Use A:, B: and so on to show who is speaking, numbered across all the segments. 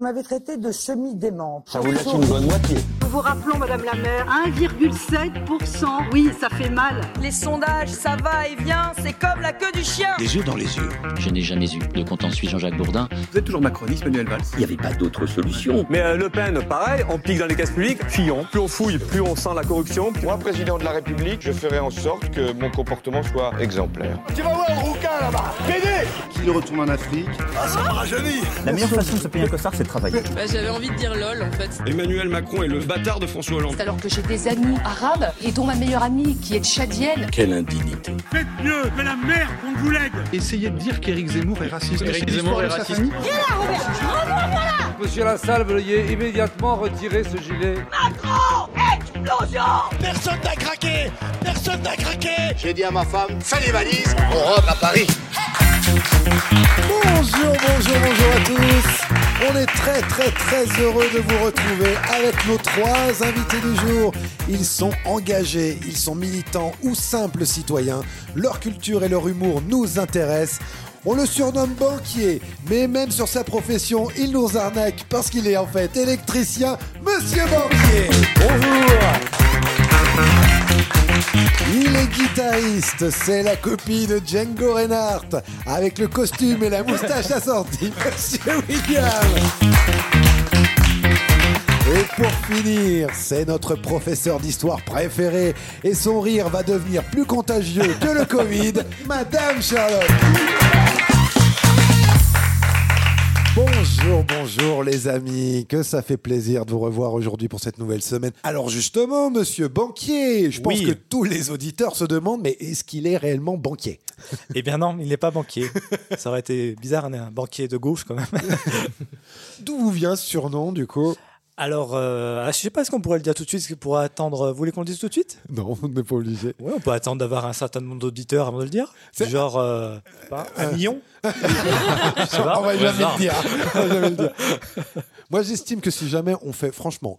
A: Vous m'avez traité de semi-dément.
B: Ça vous laisse une bonne moitié.
C: Nous vous rappelons, Madame la maire, 1,7%. Oui, ça fait mal.
D: Les sondages, ça va et vient, c'est comme la queue du chien.
E: Les yeux dans les yeux.
F: Je n'ai jamais eu de contentieux Jean-Jacques Bourdin.
G: Vous êtes toujours macroniste, Manuel Valls
H: Il n'y avait pas d'autre solution.
I: Mais euh, Le Pen, pareil, on pique dans les caisses publiques. Fillon, plus on fouille, plus on sent la corruption.
J: Moi, président de la République, je ferai en sorte que mon comportement soit exemplaire.
K: Tu vas voir un rouquin là-bas Pédé
L: Qui retourne en Afrique
K: Ah, ça me rajeunit
M: La meilleure façon de se payer un costard, c'est de travailler.
N: Bah, J'avais envie de dire lol en fait.
O: Emmanuel Macron est le bâtard de François Hollande.
P: Alors que j'ai des amis arabes et dont ma meilleure amie qui est tchadienne.
Q: Quelle indignité.
R: Faites mieux que la merde qu'on vous lègue.
S: Essayez de dire qu'Éric Zemmour est raciste.
T: Éric Zemmour est raciste. Viens
H: là Robert, revois-moi là
E: Monsieur Lassalle, veuillez immédiatement retirer ce gilet.
H: Macron Explosion
K: Personne n'a craqué Personne n'a craqué
A: J'ai dit à ma femme, fais les valises, on rentre à Paris
F: Bonjour, bonjour, bonjour à tous. On est très très très heureux de vous retrouver avec nos trois invités du jour. Ils sont engagés, ils sont militants ou simples citoyens. Leur culture et leur humour nous intéressent. On le surnomme banquier, mais même sur sa profession, il nous arnaque parce qu'il est en fait électricien, Monsieur Banquier. Bonjour. Il est guitariste, c'est la copie de Django Reinhardt, avec le costume et la moustache assortie, Monsieur William. Et pour finir, c'est notre professeur d'histoire préféré, et son rire va devenir plus contagieux que le Covid, Madame Charlotte. Bonjour, bonjour les amis, que ça fait plaisir de vous revoir aujourd'hui pour cette nouvelle semaine. Alors justement, monsieur banquier, je pense oui. que tous les auditeurs se demandent, mais est-ce qu'il est réellement banquier
J: Eh bien non, il n'est pas banquier. ça aurait été bizarre, on est un banquier de gauche quand même.
F: D'où vous vient ce surnom du coup
J: alors, euh, je sais pas ce qu'on pourrait le dire tout de suite, ce qu'on pourrait attendre. euh, Vous voulez qu'on le dise tout de suite
F: Non, on n'est pas obligé.
J: Ouais, on peut attendre d'avoir un certain nombre d'auditeurs avant de le dire. Genre, euh, pas, un euh... million
F: On va jamais le dire. jamais le dire. Moi, j'estime que si jamais on fait, franchement,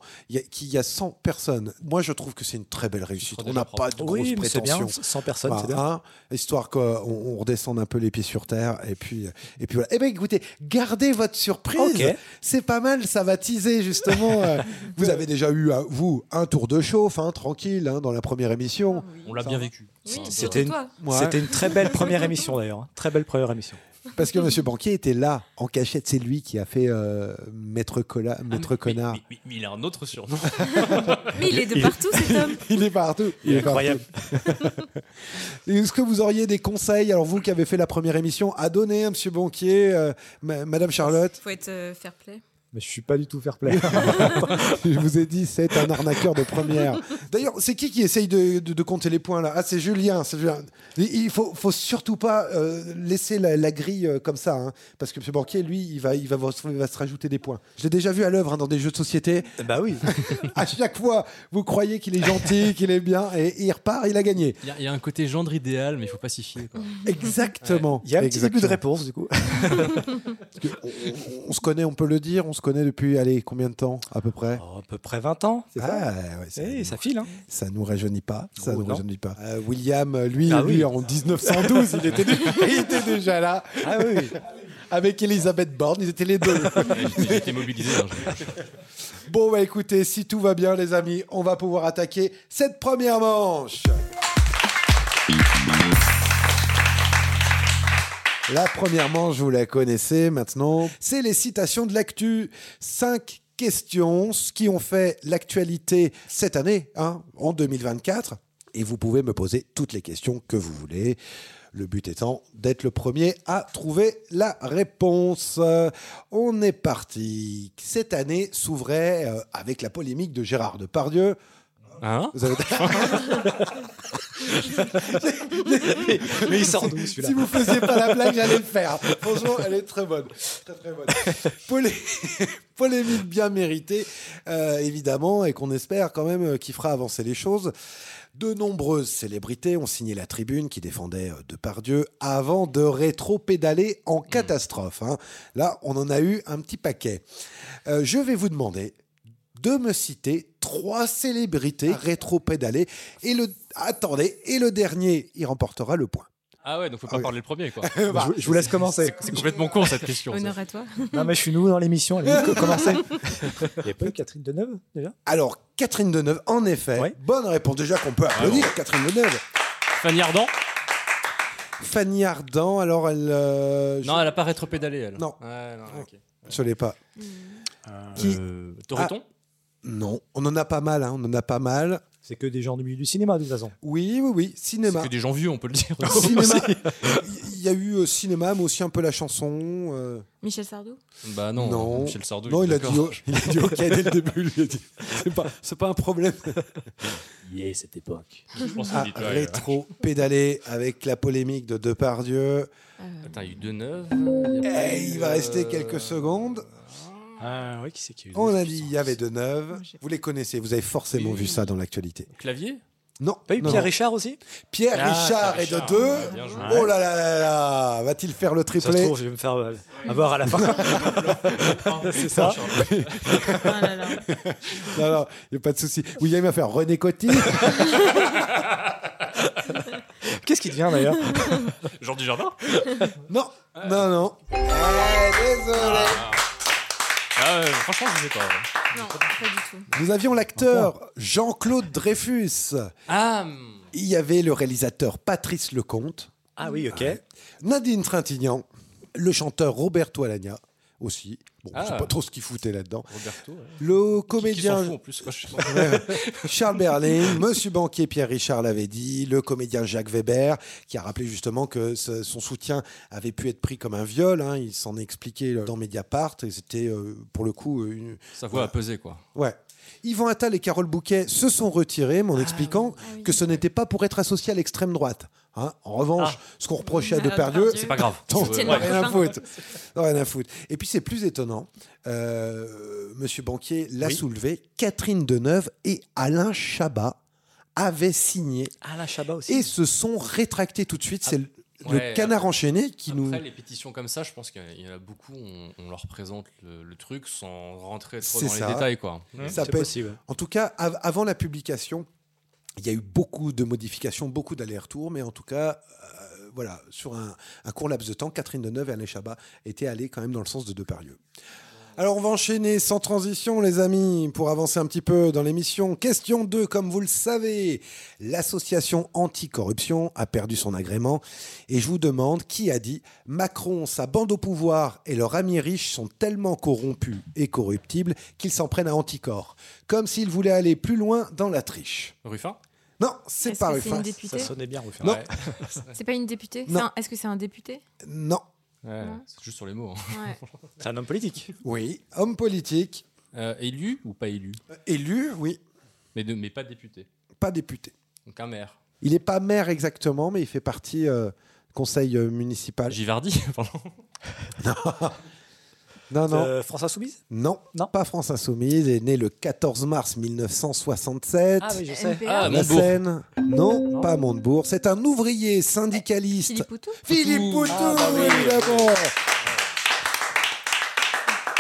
F: qu'il y a 100 personnes, moi, je trouve que c'est une très belle réussite. On n'a pas de grosses oui, prétentions.
J: Bien, 100 personnes, bah, c'est
F: hein, Histoire qu'on redescende un peu les pieds sur terre. Et puis, et puis voilà. Eh bien, écoutez, gardez votre surprise. Okay. C'est pas mal, ça va teaser, justement. euh, vous avez déjà eu, vous, un tour de chauffe, hein, tranquille, hein, dans la première émission.
T: On l'a bien vécu.
J: Oui, C'était une, ah, ouais. une très belle première émission, d'ailleurs. hein. Très belle première émission.
F: Parce que Monsieur Banquier était là, en cachette. C'est lui qui a fait euh, Maître, Cola, Maître ah, mais, Connard.
T: Mais, mais, mais, il a un autre surnom.
N: mais il est de partout, cet homme.
F: Il est partout.
J: Il est incroyable.
F: Est-ce que vous auriez des conseils, alors vous qui avez fait la première émission, à donner à Monsieur Banquier, euh, Madame Charlotte
N: Il faut être euh, fair-play.
F: Mais je suis pas du tout fair play. je vous ai dit, c'est un arnaqueur de première. D'ailleurs, c'est qui qui essaye de, de, de compter les points là Ah, c'est Julien, Julien. Il faut, faut surtout pas euh, laisser la, la grille euh, comme ça, hein, parce que M. Banquier, lui, il va, il va, il va se rajouter des points. Je l'ai déjà vu à l'œuvre hein, dans des jeux de société.
J: Bah oui.
F: à chaque fois, vous croyez qu'il est gentil, qu'il est bien, et, et, il repart, il a gagné.
T: Il y, y, a un côté gendre idéal, mais il faut pacifier. Quoi.
F: Exactement.
J: Il ouais. y a un Exactement. petit début de réponse du coup.
F: on, on, on se connaît, on peut le dire, on se connaît depuis, allez, combien de temps à peu près
J: oh, À peu près 20 ans.
F: Ah, ça, ouais, ça,
J: hey, nous, ça file. Hein.
F: Ça nous rajeunit pas. Ça oh, nous rajeunit pas. Euh, William, lui, ah, lui oui. en 1912, il, était, il, était, déjà là.
J: Ah oui.
F: Avec Elisabeth Borne, ils étaient les deux.
T: J'ai été mobilisé. hein,
F: Bon, bah écoutez, si tout va bien, les amis, on va pouvoir attaquer cette première manche. La première manche, vous la connaissez maintenant, c'est les citations de l'actu. Cinq questions qui ont fait l'actualité cette année, hein, en 2024. Et vous pouvez me poser toutes les questions que vous voulez. Le but étant d'être le premier à trouver la réponse. On est parti. Cette année s'ouvrait euh, avec la polémique de Gérard Depardieu.
J: Hein Vous avez... mais, mais il sort d'où celui-là
F: Si vous faisiez pas la blague, j'allais le faire. Franchement, elle est très bonne. Très très bonne. Polé... Polémique bien méritée, euh, évidemment, et qu'on espère quand même euh, qu'il fera avancer les choses. De nombreuses célébrités ont signé la tribune qui défendait euh, Depardieu avant de rétro-pédaler en catastrophe. Hein. Là, on en a eu un petit paquet. Euh, je vais vous demander de me citer trois célébrités rétro-pédalées. Et le, attendez, et le dernier, il remportera le point.
T: Ah ouais, donc faut pas parler le premier, quoi.
J: Bah, je, je vous laisse commencer.
T: C'est complètement con cette question.
N: Honneur à toi.
J: Non, mais je suis nouveau dans l'émission. Allez, co- commencez. Il n'y a pas eu Catherine Deneuve, déjà
F: Alors, Catherine Deneuve, en effet, bonne réponse. Déjà qu'on peut applaudir Catherine Deneuve.
T: Fanny Ardant
F: Fanny Ardant, alors elle. euh, je-
T: Non, elle a pas rétropédalé, elle.
F: Non.
T: Ouais, non, ok.
F: Je l'ai pas. Qui
T: Euh, Toreton
F: Ah, Non, on en a pas mal, hein, on en a pas mal.
J: C'est que des gens du milieu du cinéma, de toute façon.
F: Oui, oui, oui, cinéma.
T: C'est que des gens vieux, on peut le dire.
F: Cinéma. Il y a eu euh, cinéma, mais aussi un peu la chanson. euh,
N: Michel Sardou
T: Bah non,
F: non.
T: Michel Sardou.
F: Non, il a,
T: d'accord.
F: dit, oh, il a dit OK dès le début. il a dit, C'est pas, c'est pas un problème.
J: Yeah, cette époque.
T: Je pense qu'on
F: Ah,
T: dit toi, ouais.
F: rétro pédalé avec la polémique de Depardieu.
T: Attends, il y a eu deux neufs.
F: Et Eh, il va
T: euh,
F: rester quelques secondes.
J: Ah oui, qui c'est qui a eu
F: On a dit il y avait deux neuves. Vous les connaissez, vous avez forcément vu ça dans l'actualité.
T: Clavier
F: Non.
J: Pas eu
F: non,
J: Pierre
F: non.
J: Richard aussi
F: Pierre
J: Ah,
F: Richard est
J: Pierre
F: de
J: Richard,
F: deux.
J: ouais, bien joué.
F: Oh là là là là là. Va-t-il faire le
J: Ça se
F: triplé
J: trouve, je vais me faire euh, avoir à la fin. c'est ça
N: Ah
F: Non, non, il n'y a pas de souci. William va faire René Coty.
J: Qu'est-ce qui devient d'ailleurs
T: Jean du Jardin
F: Non, non, non. Eh, désolé.
T: Ah ouais, franchement, je sais pas. ouais.
N: Non, pas du tout.
F: Nous avions l'acteur Jean-Claude Dreyfus.
T: Ah
F: Il y avait le réalisateur Patrice Lecomte.
J: Ah oui, ok.
F: Ouais. Nadine Trintignant. Le chanteur Roberto Alagna aussi. Bon, je
T: Ah.
F: sais pas trop ce qu'il foutait là-dedans.
T: Roberto. ouais.
F: Le
T: Qui- qui s'en
F: comédien
T: fout en plus, quoi. je sais pas.
F: Charles Berling, Monsieur Banquier Pierre Richard l'avait dit, le comédien Jacques Weber, qui a rappelé justement que ce- son soutien avait pu être pris comme un viol. hein. il s'en est expliqué dans Mediapart et c'était euh, pour le coup une,
T: Sa voix a pesé, quoi.
F: Ouais. Yvan Attal et Carole Bouquet se sont retirés, mais en
N: Ah.
F: expliquant que ce n'était pas pour être associé à l'extrême droite. Hein, en revanche, ce qu'on reprochait à
N: Ah,
F: Depardieu,
N: Depardieu. C'est pas
T: grave.
F: T'en-
N: C'était le
F: rien à
N: prochain.
F: foutre. T'en as rien à foutre. Et puis c'est plus étonnant, euh, Monsieur Banquier l'a soulevé. Catherine Deneuve et Alain Chabat avaient signé
J: Ah, Alain Chabat aussi.
F: et se sont rétractés tout de suite. C'est le, le
T: Ouais,
F: canard
T: après-
F: enchaîné qui
T: après,
F: nous.
T: les pétitions comme ça, je pense qu'il y en a- il y en a beaucoup, on, on leur présente le, le truc sans rentrer trop
F: C'est
T: dans
F: ça.
T: les détails, quoi.
F: Ça peut être- En tout cas, av- avant la publication, il y a eu beaucoup de modifications, beaucoup d'allers-retours, mais en tout cas, euh, voilà, sur un, un court laps de temps, Catherine Deneuve et Alain Chabat étaient allés quand même dans le sens de Depardieu. Alors, on va enchaîner sans transition, les amis, pour avancer un petit peu dans l'émission. Question 2, comme vous le savez, l'association anticorruption a perdu son agrément. Et je vous demande qui a dit Macron, sa bande au pouvoir et leurs amis riches sont tellement corrompus et corruptibles qu'ils s'en prennent à anticorps. Comme s'ils voulaient aller plus loin dans la triche.
T: Ruffin
F: Non, c'est
N: Est-ce
F: pas
N: que c'est
F: Ruffin.
N: une députée Ça sonnait
J: bien, Ruffin.
F: Non,
T: Ouais.
N: C'est pas une députée
F: Non.
N: C'est un- Est-ce que c'est un député
F: non,
T: Ouais, c'est juste sur les mots. hein.
N: Ouais.
J: C'est un homme politique.
F: oui. Homme politique,
T: Euh, élu ou pas élu
F: élu, oui,
T: mais, de- mais pas député.
F: pas député.
T: Donc un maire.
F: Il n'est pas maire exactement, mais il fait partie euh, conseil euh, municipal.
T: Givardi, pardon.
F: Non, non.
J: Euh, France Insoumise
F: Non, pas France Insoumise, est né le 14 mars 1967.
J: Ah oui, je sais.
N: NPA
T: Ah,
F: La
T: Montebourg.
F: Seine. Non, pas Montebourg. C'est un ouvrier syndicaliste.
N: Eh, Philippe Poutou
F: Philippe Poutou,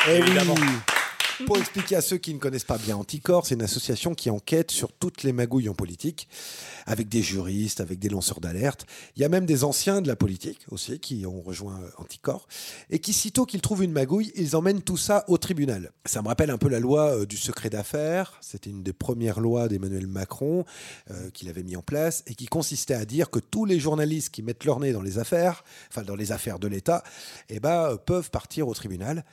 F: évidemment. Eh oui. Pour expliquer à ceux qui ne connaissent pas bien Anticor, c'est une association qui enquête sur toutes les magouilles en politique, avec des juristes, avec des lanceurs d'alerte. Il y a même des anciens de la politique aussi qui ont rejoint euh, Anticor, et qui, sitôt qu'ils trouvent une magouille, ils emmènent tout ça au tribunal. Ça me rappelle un peu la loi euh, du secret d'affaires. C'était une des premières lois d'Emmanuel Macron euh, qu'il avait mis en place, et qui consistait à dire que tous les journalistes qui mettent leur nez dans les affaires, enfin dans les affaires de l'État, eh ben, euh, peuvent partir au tribunal.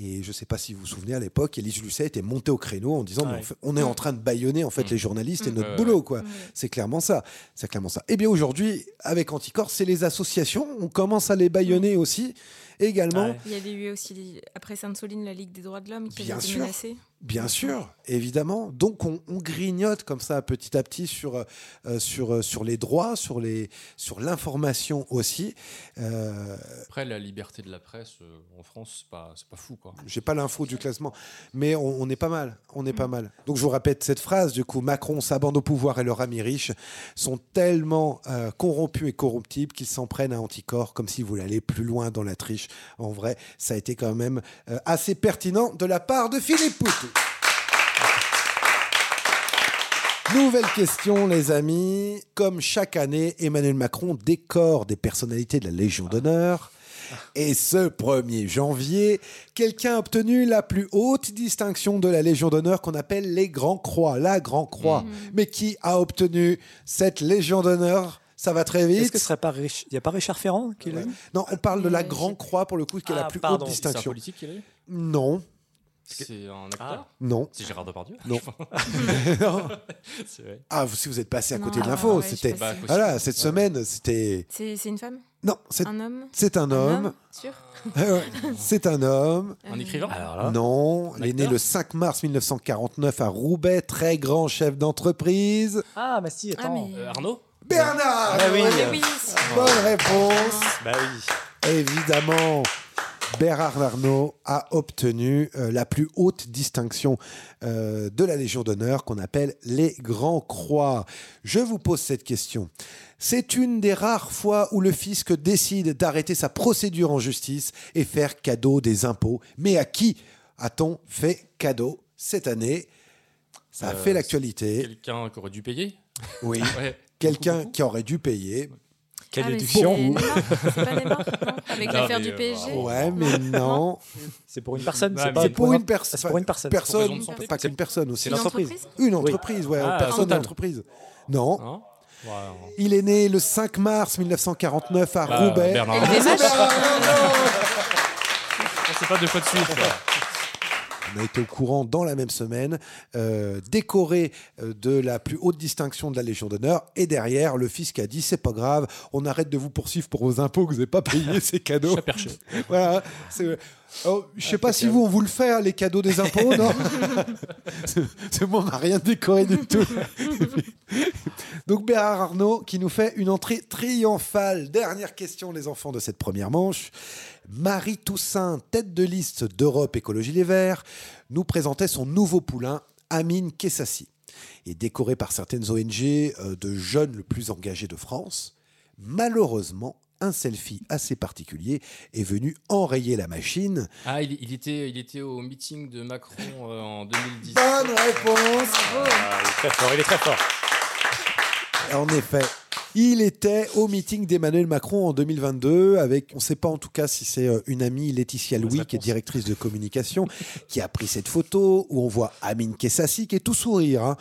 F: Et je ne sais pas si vous vous souvenez, à l'époque, Élise Lucet était montée au créneau en disant
J: Ah
F: mais
J: oui.
F: en fait, on est en train de bâillonner en fait les journalistes et
T: Mm.
F: notre
T: Ouais,
F: boulot quoi. C'est clairement ça, c'est clairement ça. Et bien aujourd'hui, avec Anticorps, c'est les associations, on commence à les
T: Mm.
F: bâillonner aussi également.
J: Ouais.
N: Il y avait eu aussi, les- après Sainte-Soline, la Ligue des droits de l'homme qui
F: Bien
N: a été
F: sûr.
N: menacée.
F: Bien sûr, évidemment. Donc on, on grignote comme ça petit à petit sur euh, sur euh, sur les droits, sur les sur l'information aussi. Euh,
T: Après, la liberté de la presse euh, en France, c'est pas, c'est pas fou, quoi.
F: J'ai pas l'info du classement, mais on, on est pas mal. On est pas mal. Donc je vous répète cette phrase du coup Macron, sa bande au pouvoir et leurs amis riches sont tellement euh, corrompus et corruptibles qu'ils s'en prennent à anticorps comme s'ils voulaient aller plus loin dans la triche. En vrai, ça a été quand même euh, assez pertinent de la part de Philippe Poutou. Nouvelle question, les amis. Comme chaque année, Emmanuel Macron décore des personnalités de la Légion d'honneur. Et ce 1er janvier, quelqu'un a obtenu la plus haute distinction de la Légion d'honneur qu'on appelle les Grands Croix, la Grand Croix.
J: Mm.
N: Hmm.
F: Mais qui a obtenu cette Légion d'honneur ça va très vite.
J: Est-ce que ce serait pas Rich- Il n'y a pas Richard Ferrand qui l'a eu
F: Non, on parle de la Grand Croix pour le coup, qui est la
J: Ah,
F: plus
J: pardon.
F: haute
J: C'est un
F: distinction.
J: politique qui l'a eu
F: Non.
T: C'est un acteur
F: Non.
T: C'est Gérard Depardieu
F: Ah. Non.
T: je
F: Non.
T: pense. C'est vrai.
F: Ah, vous- si vous êtes passé à côté
N: Non.
F: de
N: Ah
F: l'info,
N: ouais, je suis
F: c'était.
N: passée. Bah,
F: Voilà,
N: possible.
F: cette semaine, c'était.
N: C'est c'est une femme
F: Non, c'est
N: Un homme
F: C'est un homme.
N: Sûr
F: Euh, c'est un homme.
N: Un écrivain Alors
T: là.
F: Non, il est né le 5 mars 1949 à Roubaix, très grand chef d'entreprise.
J: Ah, bah si, attends.
T: Euh, Arnaud
F: Bernard
J: Ah oui.
F: Arnault.
J: Mais oui.
F: Bonne réponse
J: Bah oui.
F: Évidemment Bernard Arnault a obtenu euh, la plus haute distinction euh, de la Légion d'honneur qu'on appelle les Grands Croix. Je vous pose cette question. C'est une des rares fois où le fisc décide d'arrêter sa procédure en justice et faire cadeau des impôts. Mais à qui a-t-on fait cadeau cette année Ça a
T: Euh,
F: fait l'actualité.
T: Quelqu'un qui aurait dû payer
F: Oui.
T: Ouais.
F: Quelqu'un qui aurait dû payer.
J: Quelle
N: Ah, mais éduction. c'est Neymar, c'est pas Neymar, non Avec Non, l'affaire mais, du euh, PSG. bravo.
F: Ouais, mais non.
J: C'est pour une personne,
F: Non,
J: c'est
F: mais
J: pas-
F: c'est pour une
J: Ah, c'est pour
F: personne.
J: une personne. Pour raison
F: Personne,
J: de santé.
F: pas
J: C'est-
F: qu'une personne aussi.
J: c'est une Une entreprise entreprise
F: Une
J: Oui.
F: entreprise, ouais.
J: Ah,
F: personne
J: Total.
F: entreprise. Non.
T: Non.
F: Il est né le 5 mars 1949 à
T: Bah,
F: Roubaix.
T: Bernard.
F: Et c'est
T: Bernard.
F: Bernard.
T: Ah, C'est pas deux fois de suite. quoi.
F: On a été au courant dans la même semaine, euh, décoré euh, de la plus haute distinction de la Légion d'honneur. Et derrière, le fisc a dit c'est pas grave, on arrête de vous poursuivre pour vos impôts que vous n'avez pas payé, ces cadeaux. voilà. c'est- Oh, je sais pas si vous, on vous le fait, hein, les cadeaux des impôts, non C'est- C'est moi, on n'a rien décoré du tout. Donc Bernard Arnault qui nous fait une entrée triomphale. Dernière question, les enfants, de cette première manche. Marie Toussaint, tête de liste d'Europe Écologie Les Verts, nous présentait son nouveau poulain, Amine Kessassi. Et décoré par certaines ONG euh, de jeunes le plus engagés de France, malheureusement, un selfie assez particulier est venu enrayer la machine.
T: Ah, il, il était, il était au meeting de Macron euh, en 2010.
F: Bonne réponse
T: Ah,
J: Très fort, il est très fort.
F: En effet. Il était au meeting d'Emmanuel Macron en 2022 avec, on ne sait pas en tout cas si c'est euh, une amie, Laetitia Louis, qui est directrice de communication, qui a pris cette photo où on voit Amine Kessassi qui est tout sourire. hein.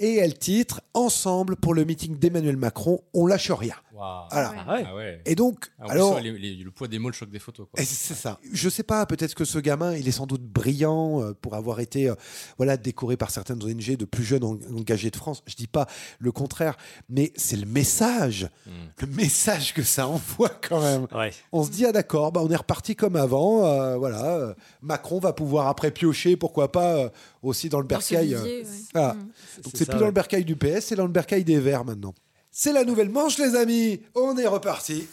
F: Et elle titre Ensemble pour le meeting d'Emmanuel Macron, on lâche rien.
T: Waouh.
F: Voilà.
T: Ah ouais. Ah ouais.
F: Et donc,
T: Ah, en plus,
F: alors,
T: ça, les- les- le poids des mots, le choc des photos. Quoi.
F: et C'est ça. Je sais pas, peut-être que ce gamin, il est sans doute brillant euh, pour avoir été euh, voilà, décoré par certaines ONG de plus jeunes en- engagés de France. Je dis pas le contraire, mais c'est le message, le message que ça envoie quand même. On se dit, ah d'accord, bah, on est reparti comme avant. euh, voilà, euh, Macron va pouvoir après piocher, pourquoi pas, euh, aussi dans le
N: Dans ce
F: bercail. euh, Ah.
N: vivier, ouais.
F: voilà.
N: Mm.
F: Donc
J: C'est
F: c'est
J: ça,
F: plus dans
J: ouais.
F: le bercail du PS, c'est dans le bercail des Verts maintenant. C'est la nouvelle manche, les amis. On est reparti.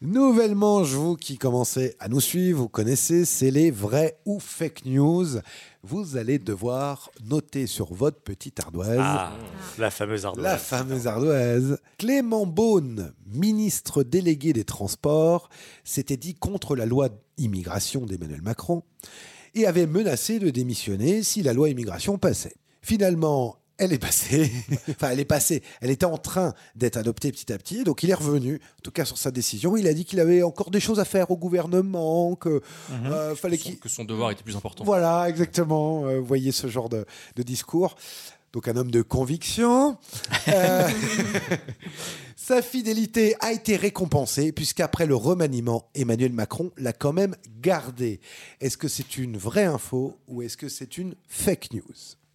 F: Nouvelle manche, vous qui commencez à nous suivre, vous connaissez, c'est les vrais ou fake news. Vous allez devoir noter sur votre petite ardoise.
J: Ah, la fameuse ardoise.
F: La fameuse ardoise. Clément Beaune, ministre délégué des Transports, s'était dit contre la loi immigration d'Emmanuel Macron et avait menacé de démissionner si la loi immigration passait. Finalement, elle est passée. enfin, elle est passée. Elle était en train d'être adoptée petit à petit. Donc, il est revenu, en tout cas sur sa décision. Il a dit qu'il avait encore des choses à faire au gouvernement, que euh, fallait
T: Son-
F: qu'il
T: que son devoir était plus important.
F: voilà, exactement. Euh, Vous voyez ce genre de, de discours. Donc un homme de conviction. Euh, sa fidélité a été récompensée puisqu'après le remaniement, Emmanuel Macron l'a quand même gardée. Est-ce que c'est une vraie info ou est-ce que c'est une fake news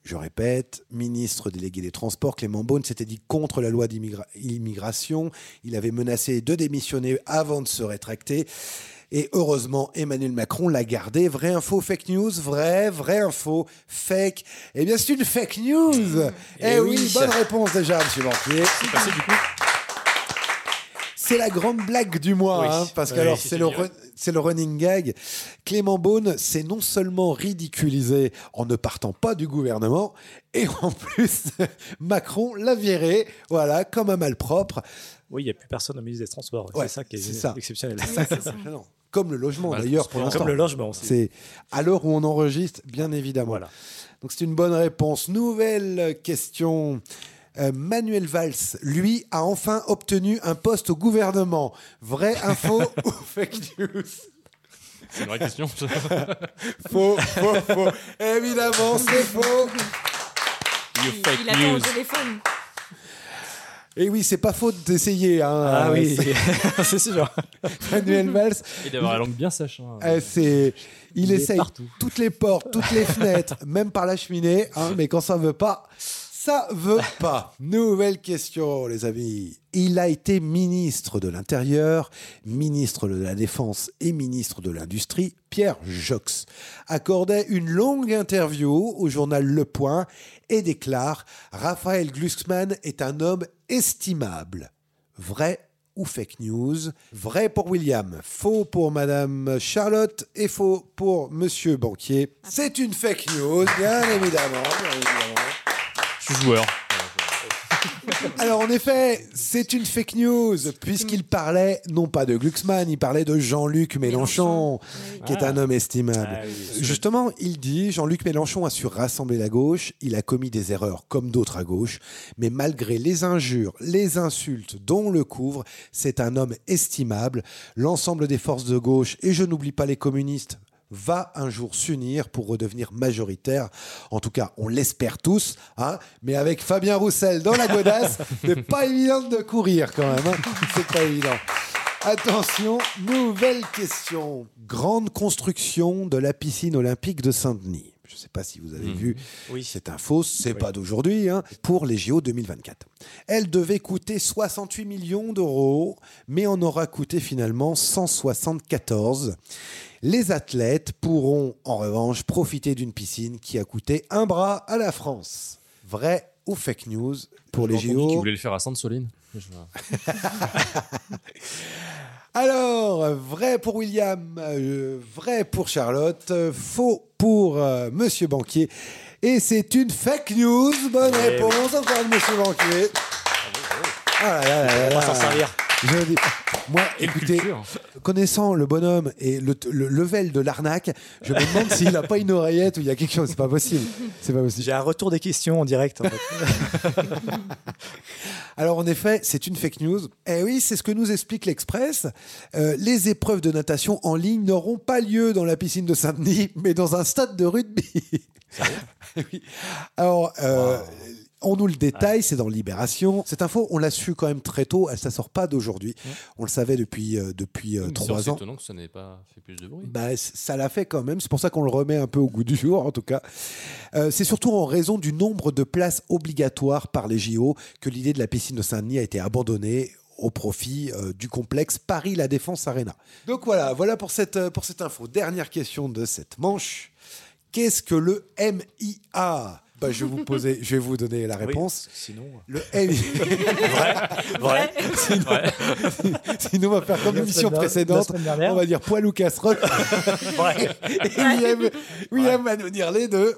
F: je répète, ministre délégué des Transports, Clément Beaune s'était dit contre la loi d'immigration. Il avait menacé de démissionner avant de se rétracter. Et heureusement, Emmanuel Macron l'a gardé. Vraie info, fake news, vrai, vraie info, fake. Eh bien, c'est une fake news. Eh oui,
J: oui.
F: bonne réponse déjà, monsieur Banquier. C'est la grande blague du mois,
J: Oui.
F: hein, parce que
J: Oui,
F: alors,
J: c'est
F: c'est le,
J: génial.
F: re- c'est le running gag. Clément Beaune s'est non seulement ridiculisé en ne partant pas du gouvernement, et en plus, Macron l'a viré, voilà, comme un malpropre.
J: Oui, il n'y a plus personne au ministre des Transports.
F: Ouais,
J: c'est ça qui est,
F: c'est ça.
J: exceptionnel.
F: C'est ça qui est impressionnant. comme le logement
J: Bah,
F: d'ailleurs pour
J: comme
F: l'instant.
J: le logement, c'est-
F: C'est à l'heure où on enregistre, bien évidemment. Donc c'est une bonne réponse. Nouvelle question. Euh, Manuel Valls, lui, a enfin obtenu un poste au gouvernement. Vraie info ou fake news
T: C'est une vraie question. ça.
F: Faux, faux, faux. Évidemment, c'est faux.
T: You fake
N: Il attend au téléphone.
F: Et oui, c'est pas faute d'essayer. hein.
J: Ah oui,
F: C'est-
J: c'est sûr.
F: Manuel Valls.
T: Et d'avoir la langue bien sèche. hein.
F: euh, c'est, il,
T: Il est
F: essaye
T: partout.
F: toutes les portes, toutes les fenêtres, même par la cheminée. hein, mais quand ça veut pas, ça veut pas. Nouvelle question, les amis. Il a été ministre de l'Intérieur, ministre de la Défense et ministre de l'Industrie. Pierre Jox accordait une longue interview au journal Le Point et déclare Raphaël Glucksmann est un homme estimable. Vrai ou fake news Vrai pour William, faux pour Madame Charlotte et faux pour Monsieur Banquier. C'est une fake news, bien évidemment. bien évidemment.
T: Je suis joueur.
F: Alors en effet, c'est une fake news puisqu'il parlait non pas de Glucksmann, il parlait de Jean-Luc Mélenchon, qui est
J: Ah.
F: un homme estimable.
J: Ah oui.
F: Euh, Justement, il dit Jean-Luc Mélenchon a su rassembler la gauche, il a commis des erreurs comme d'autres à gauche, mais malgré les injures, les insultes dont le couvre, c'est un homme estimable. L'ensemble des forces de gauche et je n'oublie pas les communistes va un jour s'unir pour redevenir majoritaire. En tout cas, on l'espère tous, hein, mais avec Fabien Roussel dans la godasse, c'est pas évident de courir quand même. hein. C'est pas évident. Attention, nouvelle question. Grande construction de la piscine olympique de Saint-Denis. Je ne sais pas si vous avez vu cette info, c'est pas d'aujourd'hui, hein, pour les JO 2024. Elle devait coûter 68 millions d'euros, mais en aura coûté finalement 174. Les athlètes pourront en revanche profiter d'une piscine qui a coûté un bras à la France. Vrai ou fake news pour les
T: J'ai entendu qu'ils
F: JO
T: voulaient le faire à Sainte-Soline. Je vois.
F: Alors, vrai pour William, euh, vrai pour Charlotte, euh, faux pour euh, Monsieur Banquier. Et c'est une fake news. Bonne
J: Ouais,
F: réponse encore de Monsieur Banquier. Ah là là là là
J: On
F: là.
J: va s'en servir.
F: Je dis- moi, écoutez, euh, connaissant le bonhomme et le, le level de l'arnaque, je me demande s'il n'a pas une oreillette ou il y a quelque chose. C'est pas possible. C'est pas possible.
J: J'ai un retour des questions en direct. en fait.
F: Alors en effet, c'est une fake news. Eh oui, c'est ce que nous explique l'Express. Euh, les épreuves de natation en ligne n'auront pas lieu dans la piscine de Saint-Denis, mais dans un stade de rugby. Oui. Alors, euh, on nous le détaille, c'est dans Libération. Cette info, on l'a su quand même très tôt. Elle ne sort pas d'aujourd'hui. On le savait depuis euh, depuis euh,
T: Mais
F: trois
T: C'est
F: ans.
T: étonnant que ça n'ait pas fait plus de bruit.
F: Bah, c- ça l'a fait quand même. C'est pour ça qu'on le remet un peu au goût du jour, en tout cas. Euh, c'est surtout en raison du nombre de places obligatoires par les JO que l'idée de la piscine de Saint-Denis a été abandonnée au profit euh, du complexe Paris La Défense Arena. Donc voilà, voilà pour cette, euh, pour cette info. Dernière question de cette manche. Qu'est-ce que le MIA bah, je, vais vous poser, je vais vous donner la réponse.
J: Sinon. euh,
F: Le MIA.
J: Vrai.
F: Sinon,
J: Vrai.
F: sinon, on va faire comme
J: La
F: l'émission
J: semaine dernière- la
F: précédente.
J: semaine dernière.
F: On va dire poil ou casserole. Et William, William va nous dire les deux.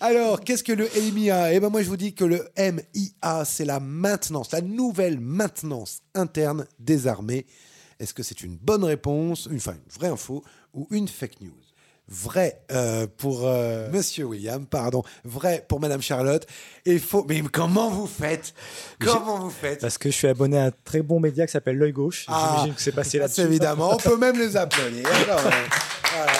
F: Alors, qu'est-ce que le MIA Eh ben moi, je vous dis que le MIA, c'est la maintenance, la nouvelle maintenance interne des armées. Est-ce que c'est une bonne réponse, une, enfin, une vraie info ou une fake news Vrai euh, pour euh, Monsieur William, pardon. Vrai pour Madame Charlotte. Et faux. Mais comment vous faites Comment vous faites
J: Parce que je suis abonné à un très bon média qui s'appelle L'œil gauche. J'imagine que Ah, c'est passé
F: ça,
J: là-dessus.
F: c'est Évidemment, on peut même les applaudir. Alors, euh, voilà.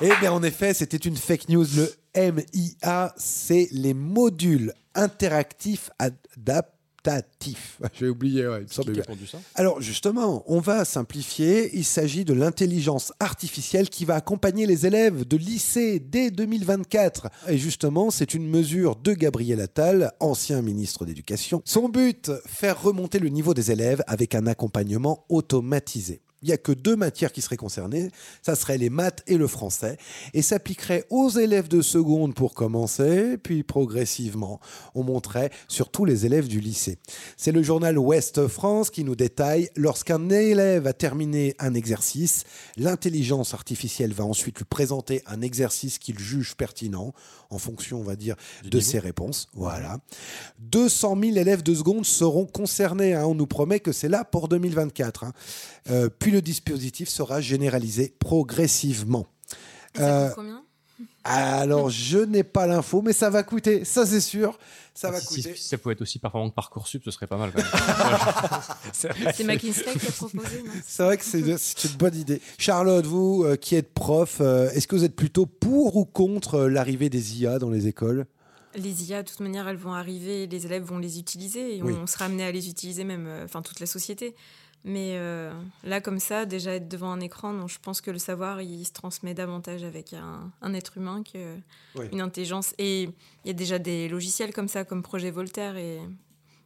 F: Eh bien, en effet, c'était une fake news. Le MIA, c'est les modules interactifs adaptatifs. Ah, J'ai oublié, ouais, il me semble
T: Qui
F: bien.
T: a pondu ça
F: Alors justement, on va simplifier. Il s'agit de l'intelligence artificielle qui va accompagner les élèves de lycée dès 2024. Et justement, c'est une mesure de Gabriel Attal, ancien ministre d'Éducation. Son but, faire remonter le niveau des élèves avec un accompagnement automatisé. il n'y a que deux matières qui seraient concernées, ça serait les maths et le français, et s'appliquerait aux élèves de seconde pour commencer, puis progressivement, on monterait sur tous les élèves du lycée. C'est le journal Ouest France qui nous détaille, lorsqu'un élève a terminé un exercice, l'intelligence artificielle va ensuite lui présenter un exercice qu'il juge pertinent, en fonction, on va dire, de ses réponses. Voilà. 200 000 élèves de seconde seront concernés, hein. on nous promet que c'est là pour 2024. hein. Euh, puis le dispositif sera généralisé progressivement. Euh,
N: Combien
F: alors, je n'ai pas l'info, mais ça va coûter, ça c'est sûr. Ça va
T: Ah, si,
F: coûter.
T: si- si ça pouvait être aussi performant que Parcoursup, ce serait pas mal quand même.
N: C'est McKinsey qui a proposé, non
F: C'est vrai que c'est c'est une bonne idée. Charlotte, vous euh, qui êtes prof, euh, est-ce que vous êtes plutôt pour ou contre euh, l'arrivée des IA dans les écoles
N: Les IA, de toute manière, elles vont arriver, les élèves vont les utiliser, et
F: Oui.
N: on sera amené à les utiliser même, euh, enfin toute la société. Mais euh, là, comme ça, déjà être devant un écran, non, je pense que le savoir, il se transmet davantage avec un, un être humain qu'une
F: Oui.
N: intelligence. Et il y a déjà des logiciels comme ça, comme Projet Voltaire, et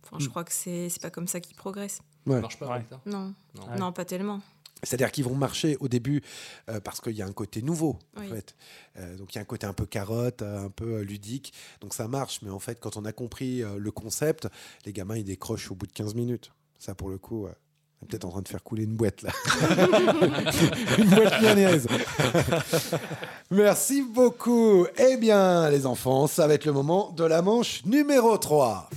N: enfin, je
F: Mm.
N: crois que c'est c'est pas comme ça qu'ils progressent.
F: Ouais.
T: marche pas, Voltaire
N: Non,
T: Non.
N: non,
T: Ouais.
N: pas tellement.
F: C'est-à-dire qu'ils vont marcher au début euh, parce qu'il y a un côté nouveau,
N: Oui.
F: en fait. Euh, donc il y a un côté un peu carotte, euh, un peu euh, ludique. Donc ça marche, mais en fait, quand on a compris euh, le concept, les gamins, ils décrochent au bout de 15 minutes. Ça, pour le coup, euh, on est peut-être en train de faire couler une boîte, là. une boîte lyonnaise. Merci beaucoup. Eh bien, les enfants, ça va être le moment de la manche numéro 3.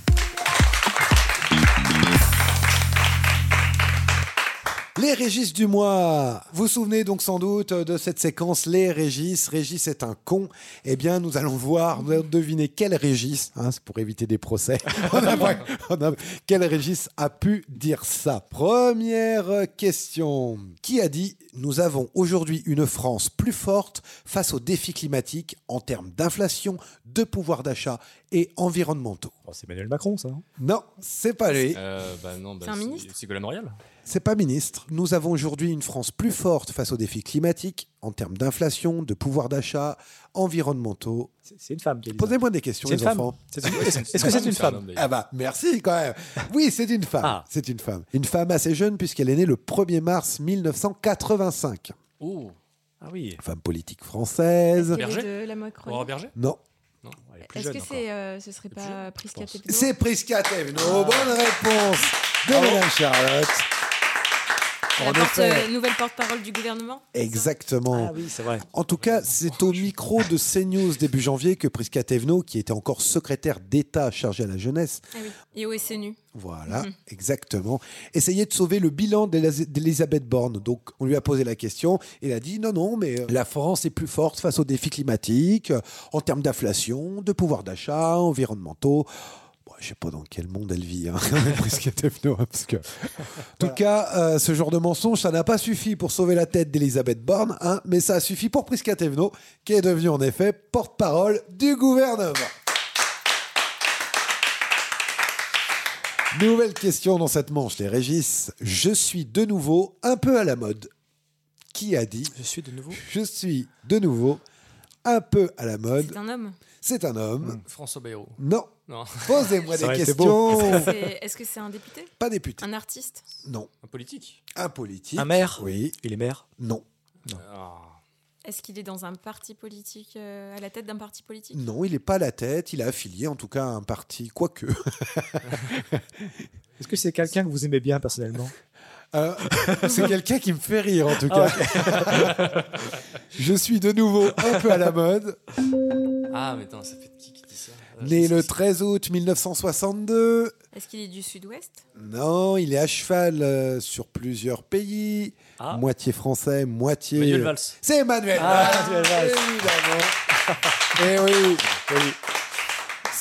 F: Les Régis du mois. Vous vous souvenez donc sans doute de cette séquence Les Régis. Régis est un con. Eh bien, nous allons voir, nous allons deviner quel Régis, hein, c'est pour éviter des procès. On a pas- on a- quel Régis a pu dire ça Première question. Qui a dit Nous avons aujourd'hui une France plus forte face aux défis climatiques en termes d'inflation, de pouvoir d'achat et environnementaux
J: Oh, C'est Emmanuel Macron, ça. hein
F: Non, c'est pas lui.
T: Euh, bah non, bah,
N: C'est un
T: c'est-
N: ministre
T: C'est Ségolène Royal
F: C'est pas ministre. Nous avons aujourd'hui une France plus forte face aux défis climatiques en termes d'inflation, de pouvoir d'achat, environnementaux.
J: C'est une femme qui a dit ça.
F: Posez-moi des questions,
J: C'est
F: les
J: une femme.
F: enfants.
J: C'est une- Est-ce est-ce que c'est une femme
F: Ah bah merci quand même. Oui, c'est une femme.
J: Ah.
F: C'est une femme. Une femme assez jeune puisqu'elle est née le 1er mars 1985.
T: Oh
J: Ah oui.
F: Femme politique française.
N: Il y avait de la Macronie.
T: Aurore Berger
F: Non.
N: Est-ce que c'est, euh, ce serait pas Prisca Tepno
F: C'est Prisca Thévenot.
J: Ah.
F: Bonne réponse de Madame Charlotte.
N: La
F: En
N: porte-
F: effet.
N: euh, nouvelle porte-parole du gouvernement
F: Exactement.
J: Ah oui, c'est vrai.
F: En tout cas, c'est au micro de CNews début janvier que Prisca Thévenot, qui était encore secrétaire d'État chargée à la jeunesse,
N: Ah oui, et au SNU.
F: voilà,
N: Mhm.
F: exactement, essayait de sauver le bilan d'Elis- d'Elisabeth Borne. Donc, on lui a posé la question. Il a dit non, non, mais euh, la France est plus forte face aux défis climatiques, euh, en termes d'inflation, de pouvoir d'achat, environnementaux. Bon, je sais pas dans quel monde elle vit, hein, Prisca Thévenot, hein, parce que. En tout cas, euh, ce genre de mensonge, ça n'a pas suffi pour sauver la tête d'Elisabeth Borne, hein, mais ça a suffi pour Prisca Thévenot, qui est devenue en effet porte-parole du gouvernement. Nouvelle question dans cette manche, les Régis. Je suis de nouveau un peu à la mode. Qui a dit
J: Je suis de nouveau.
F: Je suis de nouveau un peu à la
N: C'est
F: mode.
N: un homme.
F: C'est un homme.
T: Hmm. François Bayrou.
F: Non.
T: Non.
F: Posez-moi
J: Hmm. Ça
F: des
J: aurait été beau.
F: questions.
N: C'est- Est-ce que c'est un député
F: Pas député.
N: Un artiste
F: Non.
T: Un politique
F: Un politique.
J: Un maire
F: Oui.
J: Il est maire
F: Non.
T: Ah.
N: Est-ce qu'il est dans un parti politique, euh, à la tête d'un parti politique
F: Non, il n'est pas à la tête. Il est affilié, en tout cas, à un parti, quoique.
J: Est-ce que c'est quelqu'un que vous aimez bien personnellement
F: Euh, c'est quelqu'un qui me fait rire en tout cas. Je suis de nouveau un peu à la mode.
T: Ah, mais attends, ça fait de qui qui dit ça Euh,
F: Né le 13 août 1962.
N: Est-ce qu'il est du sud-ouest
F: Non, il est à cheval euh, sur plusieurs pays.
J: Ah.
F: Moitié français, moitié.
J: Manuel Valls.
F: C'est Emmanuel
J: Ah,
F: Valls.
J: Manuel Valls.
F: Évidemment. Et oui.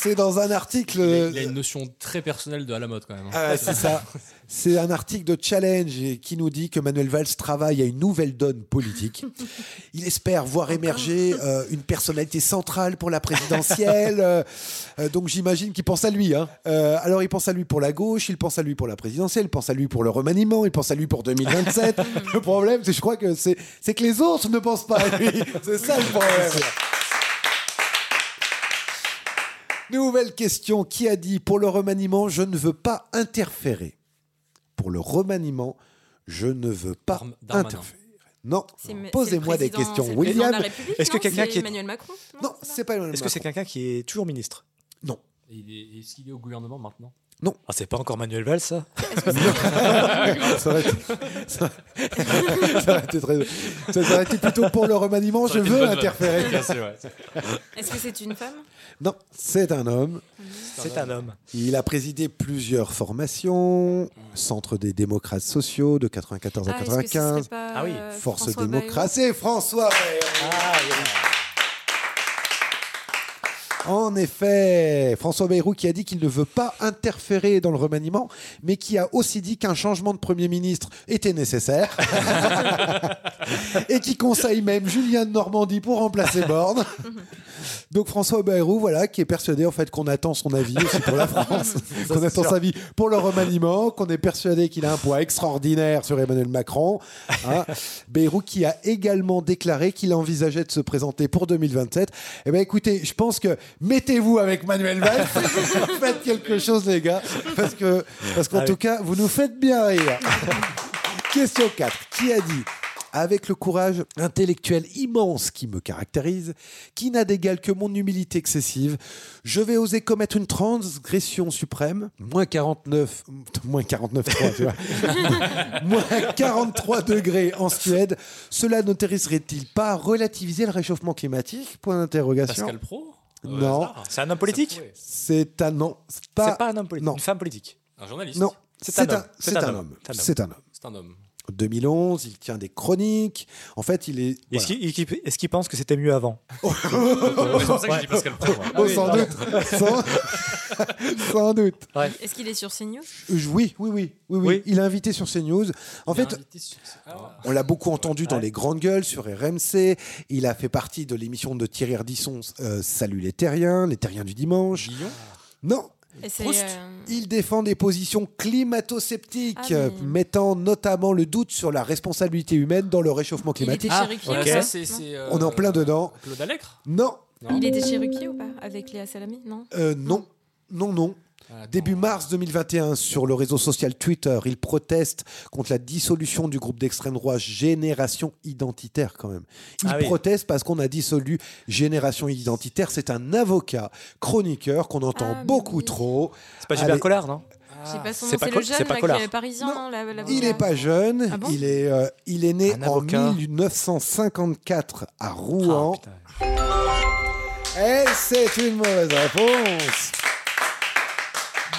F: C'est dans un article.
T: Il a, il a une notion très personnelle de à la mode quand même. hein.
F: Ah ouais, c'est ça. C'est un article de Challenge et qui nous dit que Manuel Valls travaille à une nouvelle donne politique. Il espère voir émerger euh, une personnalité centrale pour la présidentielle. Euh, euh, donc j'imagine qu'il pense à lui. hein. Euh, alors il pense à lui pour la gauche, il pense à lui pour la présidentielle, il pense à lui pour le remaniement, il pense à lui pour 2027. le problème, c'est je crois que c'est c'est que les autres ne pensent pas à lui. C'est ça le problème. Nouvelle question. Qui a dit pour le remaniement, je ne veux pas interférer Pour le remaniement, Je ne veux pas
T: Darmanin.
F: interférer. Non,
N: C'est me-
F: posez-moi
N: c'est le
F: des
N: président-
F: questions,
N: c'est le président de
F: William.
N: la République, non C'est Emmanuel Macron
F: Non, c'est pas Emmanuel
J: Est-ce que c'est quelqu'un qui est toujours ministre
F: Non.
T: Il est- Est-ce qu'il est au gouvernement maintenant
F: Non.
J: Ah, c'est pas encore Manuel Valls, ça
F: ça aurait été, ça- ça aurait été très- ça- ça aurait été plutôt pour le remaniement.
T: Ça
F: je
T: aurait été une
F: veux
T: bonne vanne.
F: interférer.
T: Bien sûr, ouais.
N: Est-ce que c'est une femme
F: Non, c'est un homme.
J: C'est un homme.
F: Il a présidé plusieurs formations Centre des démocrates sociaux de 94 à
N: Ah, est-ce que ce serait
F: 95.
N: pas, Ah oui. euh,
F: Force
N: François
F: démocrate. C'est François Bayrou. En effet, François Bayrou qui a dit qu'il ne veut pas interférer dans le remaniement, mais qui a aussi dit qu'un changement de Premier ministre était nécessaire et qui conseille même Julien de Normandie pour remplacer Borne. Donc François Bayrou, voilà, qui est persuadé en fait qu'on attend son avis aussi pour la France,
J: Ça,
F: qu'on
J: c'est
F: attend
J: sûr.
F: sa avis pour le remaniement, qu'on est persuadé qu'il a un poids extraordinaire sur Emmanuel Macron. hein. Bayrou qui a également déclaré qu'il envisageait de se présenter pour 2027. Eh bien écoutez, je pense que mettez-vous avec Manuel Valls, faites quelque chose les gars, parce que parce qu'en
J: Ah oui.
F: tout cas vous nous faites bien rire. Question 4. Qui a dit avec le courage intellectuel immense qui me caractérise, qui n'a d'égal que mon humilité excessive, je vais oser commettre une transgression suprême, moins 49, moins 49, tu vois, moins 43 degrés en Suède, cela n'intéresserait-il pas à relativiser le réchauffement climatique Point d'interrogation.
J: Pascal Praud
T: euh,
F: Non.
J: C'est un homme politique
F: C'est un non. C'est pas,
J: C'est pas un homme politique,
F: Non.
J: une femme politique.
T: Un journaliste
F: Non, c'est un, c'est un homme. C'est un homme.
T: C'est un homme.
F: 2011, il tient des chroniques. En fait, il est.
J: Est-ce qu'il- est-ce qu'il est-ce qu'il pense que c'était mieux avant
T: c'est pour ça que j'ai dit Pascal Praud, moi.
F: Oh, sans
J: Ah oui,
F: doute.
J: pardon.
F: Sans, sans doute.
N: Est-ce qu'il est sur CNews
F: Euh, je- Oui, oui, oui, oui, oui. Il est invité sur CNews. En fait,
T: ah.
F: on l'a beaucoup entendu dans les grandes gueules sur RMC. Il a fait partie de l'émission de Thierry Ardisson, euh, Salut les Terriens, les Terriens du dimanche. Non.
N: Et c'est,
F: Proust.
N: euh,
F: Il défend des positions climato-sceptiques,
N: Ah oui.
F: euh, mettant notamment le doute sur la responsabilité humaine dans le réchauffement
N: Il était
F: climatique.
N: Cherokee, ou
J: Ah,
N: pas Non.
F: Ah, On est en plein dedans.
T: euh, Claude Allègre
F: Non.
N: Il était Cherokee ou pas Avec Léa Salami Non
F: Euh, non, non, non.
T: Ah,
F: Début mars 2021, sur le réseau social Twitter, il proteste contre la dissolution du groupe d'extrême droite Génération Identitaire, quand même. Il
J: Ah oui.
F: proteste parce qu'on a dissolu Génération Identitaire. C'est un avocat chroniqueur qu'on entend beaucoup trop.
J: C'est pas Gilbert
F: Allez,
J: Collard, non
N: Je sais pas son
J: Ah. C'est
N: nom,
J: pas
N: c'est le
J: Col- c'est
N: jeune
J: pas
N: là,
J: Collard.
N: qui est parisien. Non, la, la-
F: Il n'est pas jeune.
N: Ah bon
F: il, est, euh, il est né en
J: avocat.
F: 1954 à Rouen.
T: Ah,
F: Et c'est une mauvaise réponse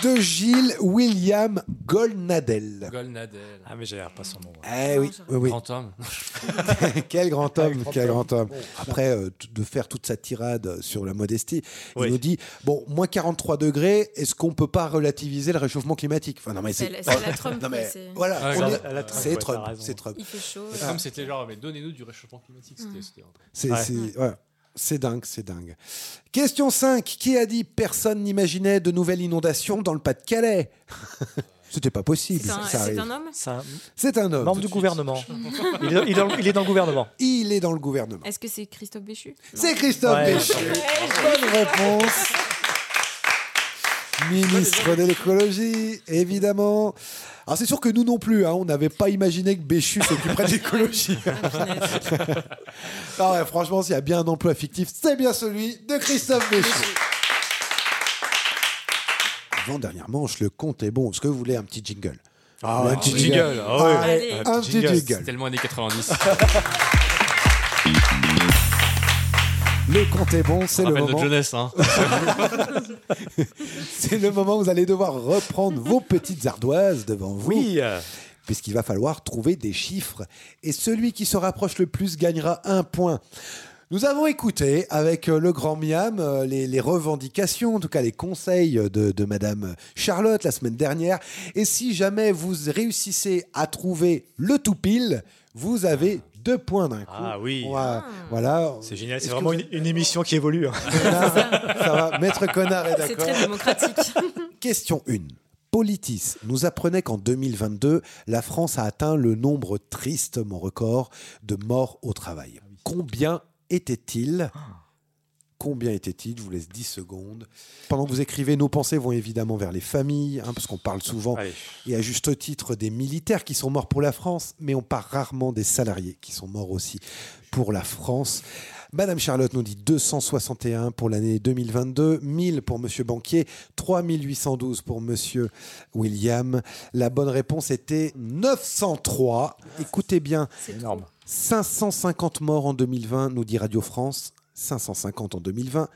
F: de Gilles William Golnadel.
T: Golnadel.
J: Ah, mais j'ai l'air pas son nom.
F: Eh oui,
N: Ah,
F: oui, oui.
T: Grand homme.
F: quel grand
J: Ah,
F: homme,
J: grand
F: quel
J: homme.
F: grand homme.
J: Bon.
F: Après euh, t- de faire toute sa tirade sur la modestie,
J: Oui.
F: il nous dit bon, moins 43 degrés, est-ce qu'on peut pas relativiser le réchauffement climatique Enfin, non mais
N: C'est
F: c'est
N: la- c'est la Trump,
F: Non, mais
N: quoi, c'est-
F: voilà,
T: Ouais,
F: on
T: c'est
F: est-
T: la- la Trump,
F: c'est
T: ouais,
F: Trump,
T: t'as raison.
F: c'est Trump.
N: Il fait chaud. euh,
T: Le Trump, c'était genre, mais donnez-nous du réchauffement climatique.
J: Mm.
T: C'était, c'était un peu-
F: C'est
T: Ouais.
F: c'est- ouais. C'est dingue, c'est dingue. Question 5. Qui a dit personne n'imaginait de nouvelles inondations dans le Pas-de-Calais C'était pas possible.
J: C'est un-
F: ça
J: c'est
F: arrive.
J: un homme C'est un-
F: C'est un homme.
J: Membre du gouvernement. il, est, il est dans, le- il est dans le gouvernement.
F: Il est dans le gouvernement.
N: Est-ce que c'est Christophe Béchu
F: C'est Christophe
J: Ouais.
F: Béchu. Bonne réponse. Ministre de l'écologie, évidemment. Alors c'est sûr que nous non plus, hein, on n'avait pas imaginé que Béchu s'occuperait de l'écologie. Ah ouais, franchement, s'il y a bien un emploi fictif, c'est bien celui de Christophe Béchu. Avant-dernière manche, le compte est bon. Est-ce que vous voulez un petit jingle
J: Ah,
F: Ou
J: un petit jingle. Ah ouais.
F: Allez,
J: Allez.
F: un petit
T: C'est
F: jingle.
T: tellement années 90.
F: Le compte est bon,
T: Ça
J: Ah,
F: c'est le
T: rappelle notre
F: moment.
T: jeunesse, hein.
F: c'est le moment où vous allez devoir reprendre vos petites ardoises devant vous.
J: Oui.
F: Puisqu'il va falloir trouver des chiffres. Et celui qui se rapproche le plus gagnera un point. Nous avons écouté avec euh, le grand Miam euh, les, les revendications, en tout cas les conseils euh, de, de Madame Charlotte la semaine dernière. Et si jamais vous réussissez à trouver le tout pile, vous avez deux points d'un coup.
J: Ah oui.
F: On va- Voilà.
J: C'est génial. C'est
F: Est-ce
J: vraiment
F: que
J: une, une émission qui évolue. hein.
F: Ça va, Maître Connard est
N: C'est
F: d'accord.
N: très démocratique.
F: Question 1. Politis nous apprenait qu'en 2022, la France a atteint le nombre tristement record de morts au travail. Combien était-il Combien était-il Je vous laisse 10 secondes. Pendant que vous écrivez, nos pensées vont évidemment vers les familles, hein, parce qu'on parle souvent, et à juste titre, des militaires qui sont morts pour la France, mais on parle rarement des salariés qui sont morts aussi pour la France. Madame Charlotte nous dit 261 pour l'année 2022, 1000 pour Monsieur Banquier, 3812 pour Monsieur William. La bonne réponse était 903. Écoutez bien.
J: C'est énorme.
F: 550 morts en 2020, nous dit Radio France. 550 en 2020,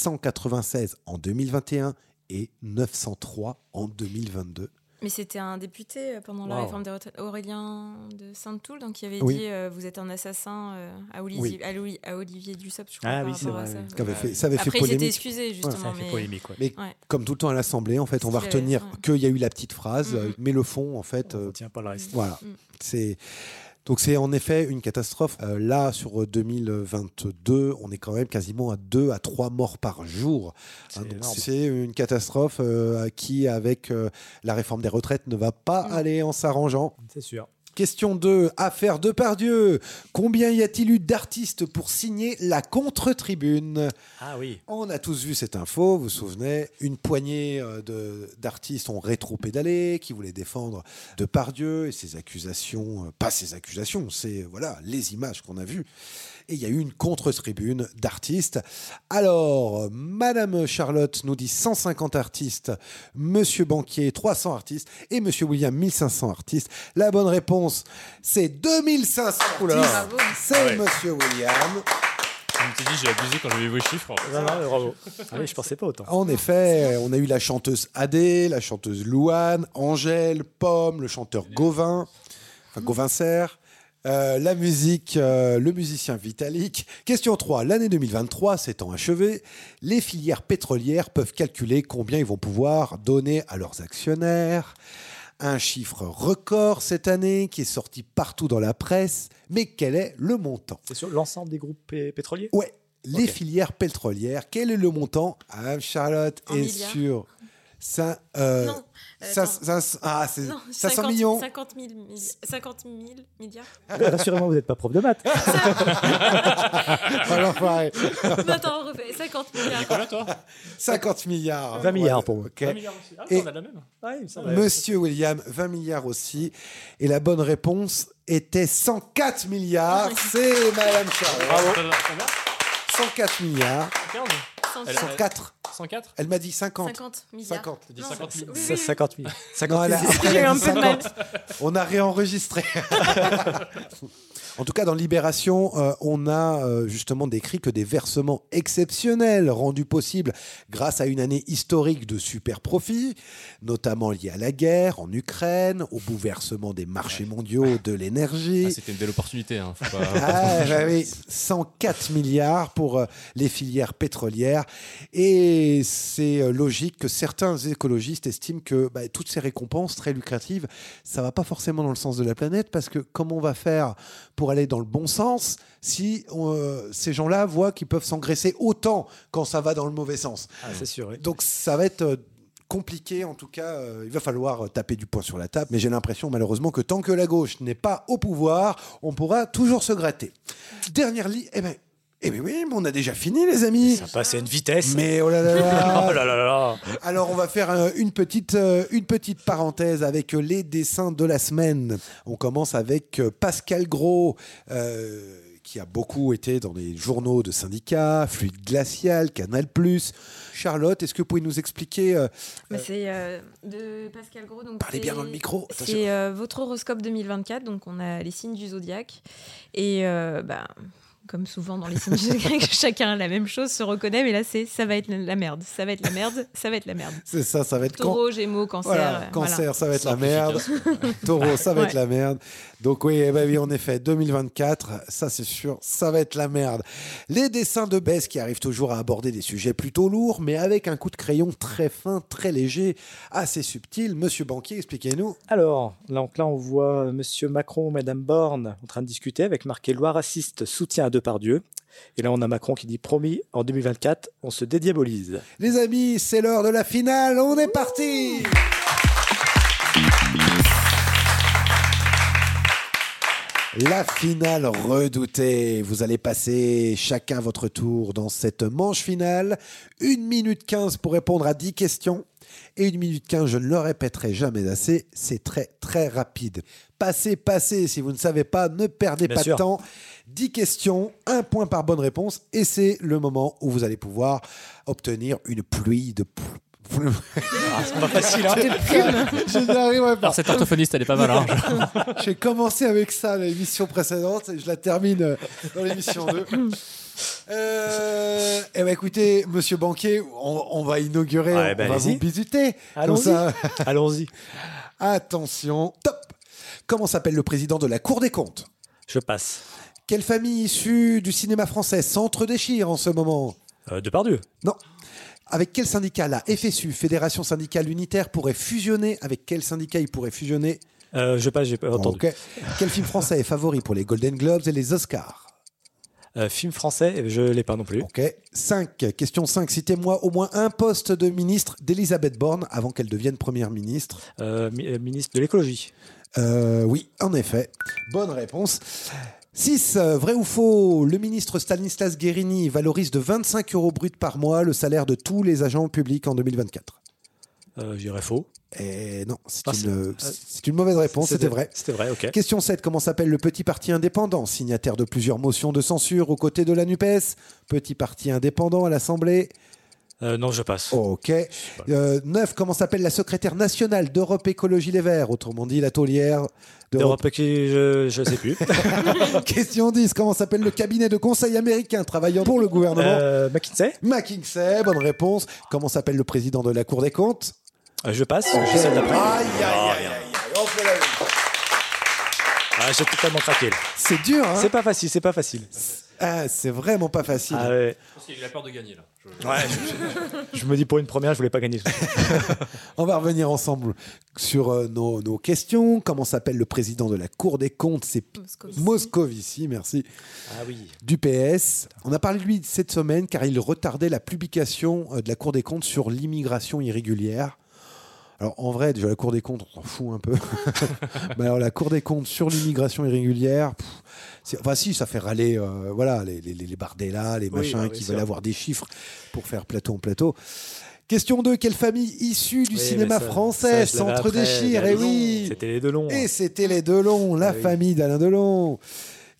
F: 696 en 2021 et 903 en 2022.
N: Mais c'était un député euh, pendant la
F: Wow.
N: réforme des retraites, Aurélien de Sainte-Toul, donc qui avait
F: Oui.
N: dit euh, Vous êtes un assassin euh, à, Olivier,
F: Oui. Ah
N: à, Louis- à Olivier Dussopt, je crois. par rapport à ça.
F: Ce qui avait fait- ça avait
N: Après,
F: fait
N: il
F: polémique.
N: s'était excusé, justement. mais...
F: Mais
N: Ouais.
F: comme tout le temps à l'Assemblée, en fait, on va
N: qu'il avait-
F: retenir qu'il y a eu la petite phrase,
N: Mhm.
F: euh, mais le fond, en fait. euh, On
J: retient pas le reste.
F: Voilà.
J: Mhm.
F: C'est. Donc c'est en effet une catastrophe. Euh, là, sur 2022, on est quand même quasiment à 2 à 3 morts par jour. Hein, donc
J: énorme.
F: c'est une catastrophe euh, qui, avec euh, la réforme des retraites, ne va pas aller en s'arrangeant.
J: C'est sûr.
F: Question 2, affaire Depardieu. Combien y a-t-il eu d'artistes pour signer la contre-tribune
J: Ah oui.
F: on a tous vu cette info, vous vous souvenez, une poignée euh, de- d'artistes ont rétro-pédalé, qui voulaient défendre Depardieu et ses accusations, euh, pas ses accusations, c'est euh, voilà les images qu'on a vues. Et il y a eu une contre-tribune d'artistes. Alors, euh, Madame Charlotte nous dit 150 artistes, Monsieur Banquier 300 artistes et Monsieur William 1500 artistes. La bonne réponse, c'est 2500
J: Oula.
F: artistes.
J: Bravo.
F: C'est
J: Ah ouais.
F: Monsieur William.
T: Je me suis dit, j'ai abusé quand j'ai vu vos chiffres. en fait.
J: Non, non, mais bravo. Ah oui, je pensais pas autant.
F: En effet, on a eu la chanteuse Adé, la chanteuse Louane, Angèle, Pomme, le chanteur Gauvin, enfin Gauvin Serre, euh, la musique, euh, le musicien Vitalik. Question 3. L'année 2023 s'étant achevée, les filières pétrolières peuvent calculer combien ils vont pouvoir donner à leurs actionnaires. Un chiffre record cette année qui est sorti partout dans la presse. Mais quel est le montant
J: C'est sur l'ensemble des groupes pé- pétroliers
F: Ouais, les filières pétrolières. Quel est le montant Madame Charlotte
N: En
F: est
N: milliards.
F: sur. Ça, euh,
N: Non, euh,
F: ça-
N: attends.
F: ça- ah, c'est
N: Non,
F: 500
N: 50
F: millions.
N: 50 000, milli- 50 000 milliards
J: Rassurez-moi, vous n'êtes pas prof de maths.
F: Alors, pareil.
N: Mais attends, on refait 50 milliards.
F: 50 milliards.
J: 20 milliards pour moi.
F: Ok.
J: 20 milliards aussi. Ah,
F: Et
J: on a la même. Ouais, il me semble.
F: Monsieur William, 20 milliards aussi. Et la bonne réponse était 104 milliards. C'est Madame Charlotte.
T: Bravo.
F: 104 milliards. 104.
T: 104
F: Elle m'a dit 50.
N: 50 milliards.
F: 50.
T: T'as dit 50 000.
J: C'est 50 000. 50
F: Non, elle a- après, elle a
J: J'ai eu un
F: dit
J: peu de mal.
F: 50. On a réenregistré. en tout cas, dans Libération, euh, on a euh, justement décrit que des versements exceptionnels rendus possibles grâce à une année historique de super profits, notamment liés à la guerre en Ukraine, au bouleversement des marchés mondiaux de l'énergie.
T: Ah, C'était une belle opportunité. hein, faut pas-
F: Ah, bah oui, 104 milliards pour euh, les filières pétrolières. Et c'est euh, logique que certains écologistes estiment que bah, toutes ces récompenses très lucratives, ça va pas forcément dans le sens de la planète parce que comment on va faire pour aller dans le bon sens si euh, ces gens-là voient qu'ils peuvent s'engraisser autant quand ça va dans le mauvais sens
J: Ah, c'est sûr. oui.
F: donc ça va être euh, compliqué en tout cas. euh, il va falloir euh, taper du poing sur la table. Mais j'ai l'impression malheureusement que tant que la gauche n'est pas au pouvoir, on pourra toujours se gratter. Dernière ligne. Eh ben, eh ben oui, mais on a déjà fini les amis.
J: Ça passe à une vitesse.
F: Mais oh là là là.
J: oh là là là.
F: Alors on va faire euh, une petite, euh, une petite parenthèse avec euh, les dessins de la semaine. On commence avec euh, Pascal Gros. euh, qui a beaucoup été dans les journaux de syndicats, Fluide Glacial, Canal+. Charlotte, est-ce que vous pouvez nous expliquer euh,
N: Mais c'est euh, de Pascal Gros. Donc
F: Parlez
N: c'est-
F: bien dans le micro, attention.
N: C'est euh, votre horoscope 2024, donc on a les signes du zodiaque. Et euh, bah, comme souvent dans les signes du zodiaque, chacun a la même chose, se reconnaît, mais là c'est ça va être la merde, ça va être la merde, ça va être la merde.
F: C'est ça, ça va être
N: Taureau,
F: can-
N: Gémeaux, Cancer.
F: Voilà,
N: euh,
F: cancer,
N: voilà.
F: ça va être la merde. Taureau, ça va être
N: Ouais.
F: la merde. Donc oui, eh ben oui, en effet, 2024, ça c'est sûr, ça va être la merde. Les dessins de Bess qui arrivent toujours à aborder des sujets plutôt lourds, mais avec un coup de crayon très fin, très léger, assez subtil. Monsieur Banquier, expliquez-nous.
J: Alors, là, donc là, on voit euh, Monsieur Macron, Madame Borne en train de discuter avec marqué loi raciste, soutien à Depardieu. Et là, on a Macron qui dit promis, en 2024, on se dédiabolise.
F: Les amis, c'est l'heure de la finale, on est parti La finale redoutée. Vous allez passer chacun votre tour dans cette manche finale. 1 minute 15 pour répondre à 10 questions. Et 1 minute 15, je ne le répéterai jamais assez, c'est très très rapide. Passez, passez, si vous ne savez pas, ne perdez
J: Bien
F: pas
J: sûr.
F: de temps. 10 questions, un point par bonne réponse, et c'est le moment où vous allez pouvoir obtenir une pluie de... pl-
B: c'est pas facile, hein. Des plumes.
F: Je n'y arriverai pas.
B: Alors, cette orthophoniste, elle est pas mal, hein.
F: J'ai commencé avec ça l'émission précédente et je la termine euh, dans l'émission 2. Euh, eh ben écoutez, monsieur Banquier, on, on va inaugurer,
J: Ouais, ben,
F: on va
J: allez-y.
F: vous bisuter.
J: Allons-y.
F: Allons-y. Attention, top Comment s'appelle le président de la Cour des comptes
J: Je passe.
F: Quelle famille issue du cinéma français s'entre-déchire en ce moment
J: Euh, Depardieu.
F: Non. Avec quel syndicat la FSU, Fédération syndicale unitaire, pourrait fusionner Avec quel syndicat il pourrait fusionner
J: Euh, je passe, j'ai pas entendu.
F: Ok. Quel film français est favori pour les Golden Globes et les Oscars
J: Euh, film français, je l'ai pas non plus.
F: Ok. 5. Question 5. Citez-moi au moins un poste de ministre d'Elisabeth Borne avant qu'elle devienne première ministre.
J: Euh, mi- euh, ministre de l'écologie.
F: Euh, oui, en effet. Bonne réponse. 6. Vrai ou faux Le ministre Stanislas Guérini valorise de 25 euros brut par mois le salaire de tous les agents publics en 2024.
J: Euh, je dirais faux.
F: Et Eh non, c'est
J: Ah, c'est-
F: une,
J: euh,
F: c'est une mauvaise réponse, c'était vrai.
J: C'était vrai, ok.
F: Question 7. Comment s'appelle le petit parti indépendant, signataire de plusieurs motions de censure aux côtés de la NUPES Petit parti indépendant à l'Assemblée.
J: Euh, non, je passe.
F: Ok. 9. Comment s'appelle la secrétaire nationale d'Europe Écologie Les Verts Autrement dit, la taulière d'Europe.
J: D'Europe qui, je, je sais plus.
F: Question 10. Comment s'appelle le cabinet de conseil américain travaillant pour le gouvernement
J: Euh, McKinsey
F: McKinsey, bonne réponse. Comment s'appelle le président de la Cour des comptes
J: Euh, je
F: Oh,
J: passe, je suis celle d'après.
F: Aïe, aïe, aïe,
J: Ah, j'ai totalement craqué. là.
F: C'est dur, hein
J: C'est pas facile, c'est pas facile.
F: Ah, c'est vraiment pas facile.
J: Ah ouais.
T: Je pense qu'il a eu la peur de gagner là. Je-
J: Je me dis pour une première, je voulais pas gagner.
F: On va revenir ensemble sur euh, nos, nos questions. Comment s'appelle le président de la Cour des comptes C'est P- Moscovici, merci.
J: Ah oui.
F: Du PS. On a parlé de lui cette semaine car il retardait la publication euh, de la Cour des comptes sur l'immigration irrégulière. Alors en vrai, déjà la Cour des comptes, on s'en fout un peu. Mais alors la Cour des comptes sur l'immigration irrégulière, pff, c'est- enfin si, ça fait râler euh, voilà, les, les, les- les Bardella, les
J: Oui,
F: machins
J: bah oui,
F: qui
J: c'est
F: veulent
J: vrai.
F: avoir des chiffres pour faire plateau en plateau. Question 2, quelle famille issue du
J: Oui,
F: cinéma
J: mais ça-
F: français
J: ça, je l'avais
F: s'entre déchire
J: après,
F: Et eh oui
J: C'était les deux longs. hein.
F: et c'était les Delon, la
J: Ah oui.
F: famille d'Alain Delon.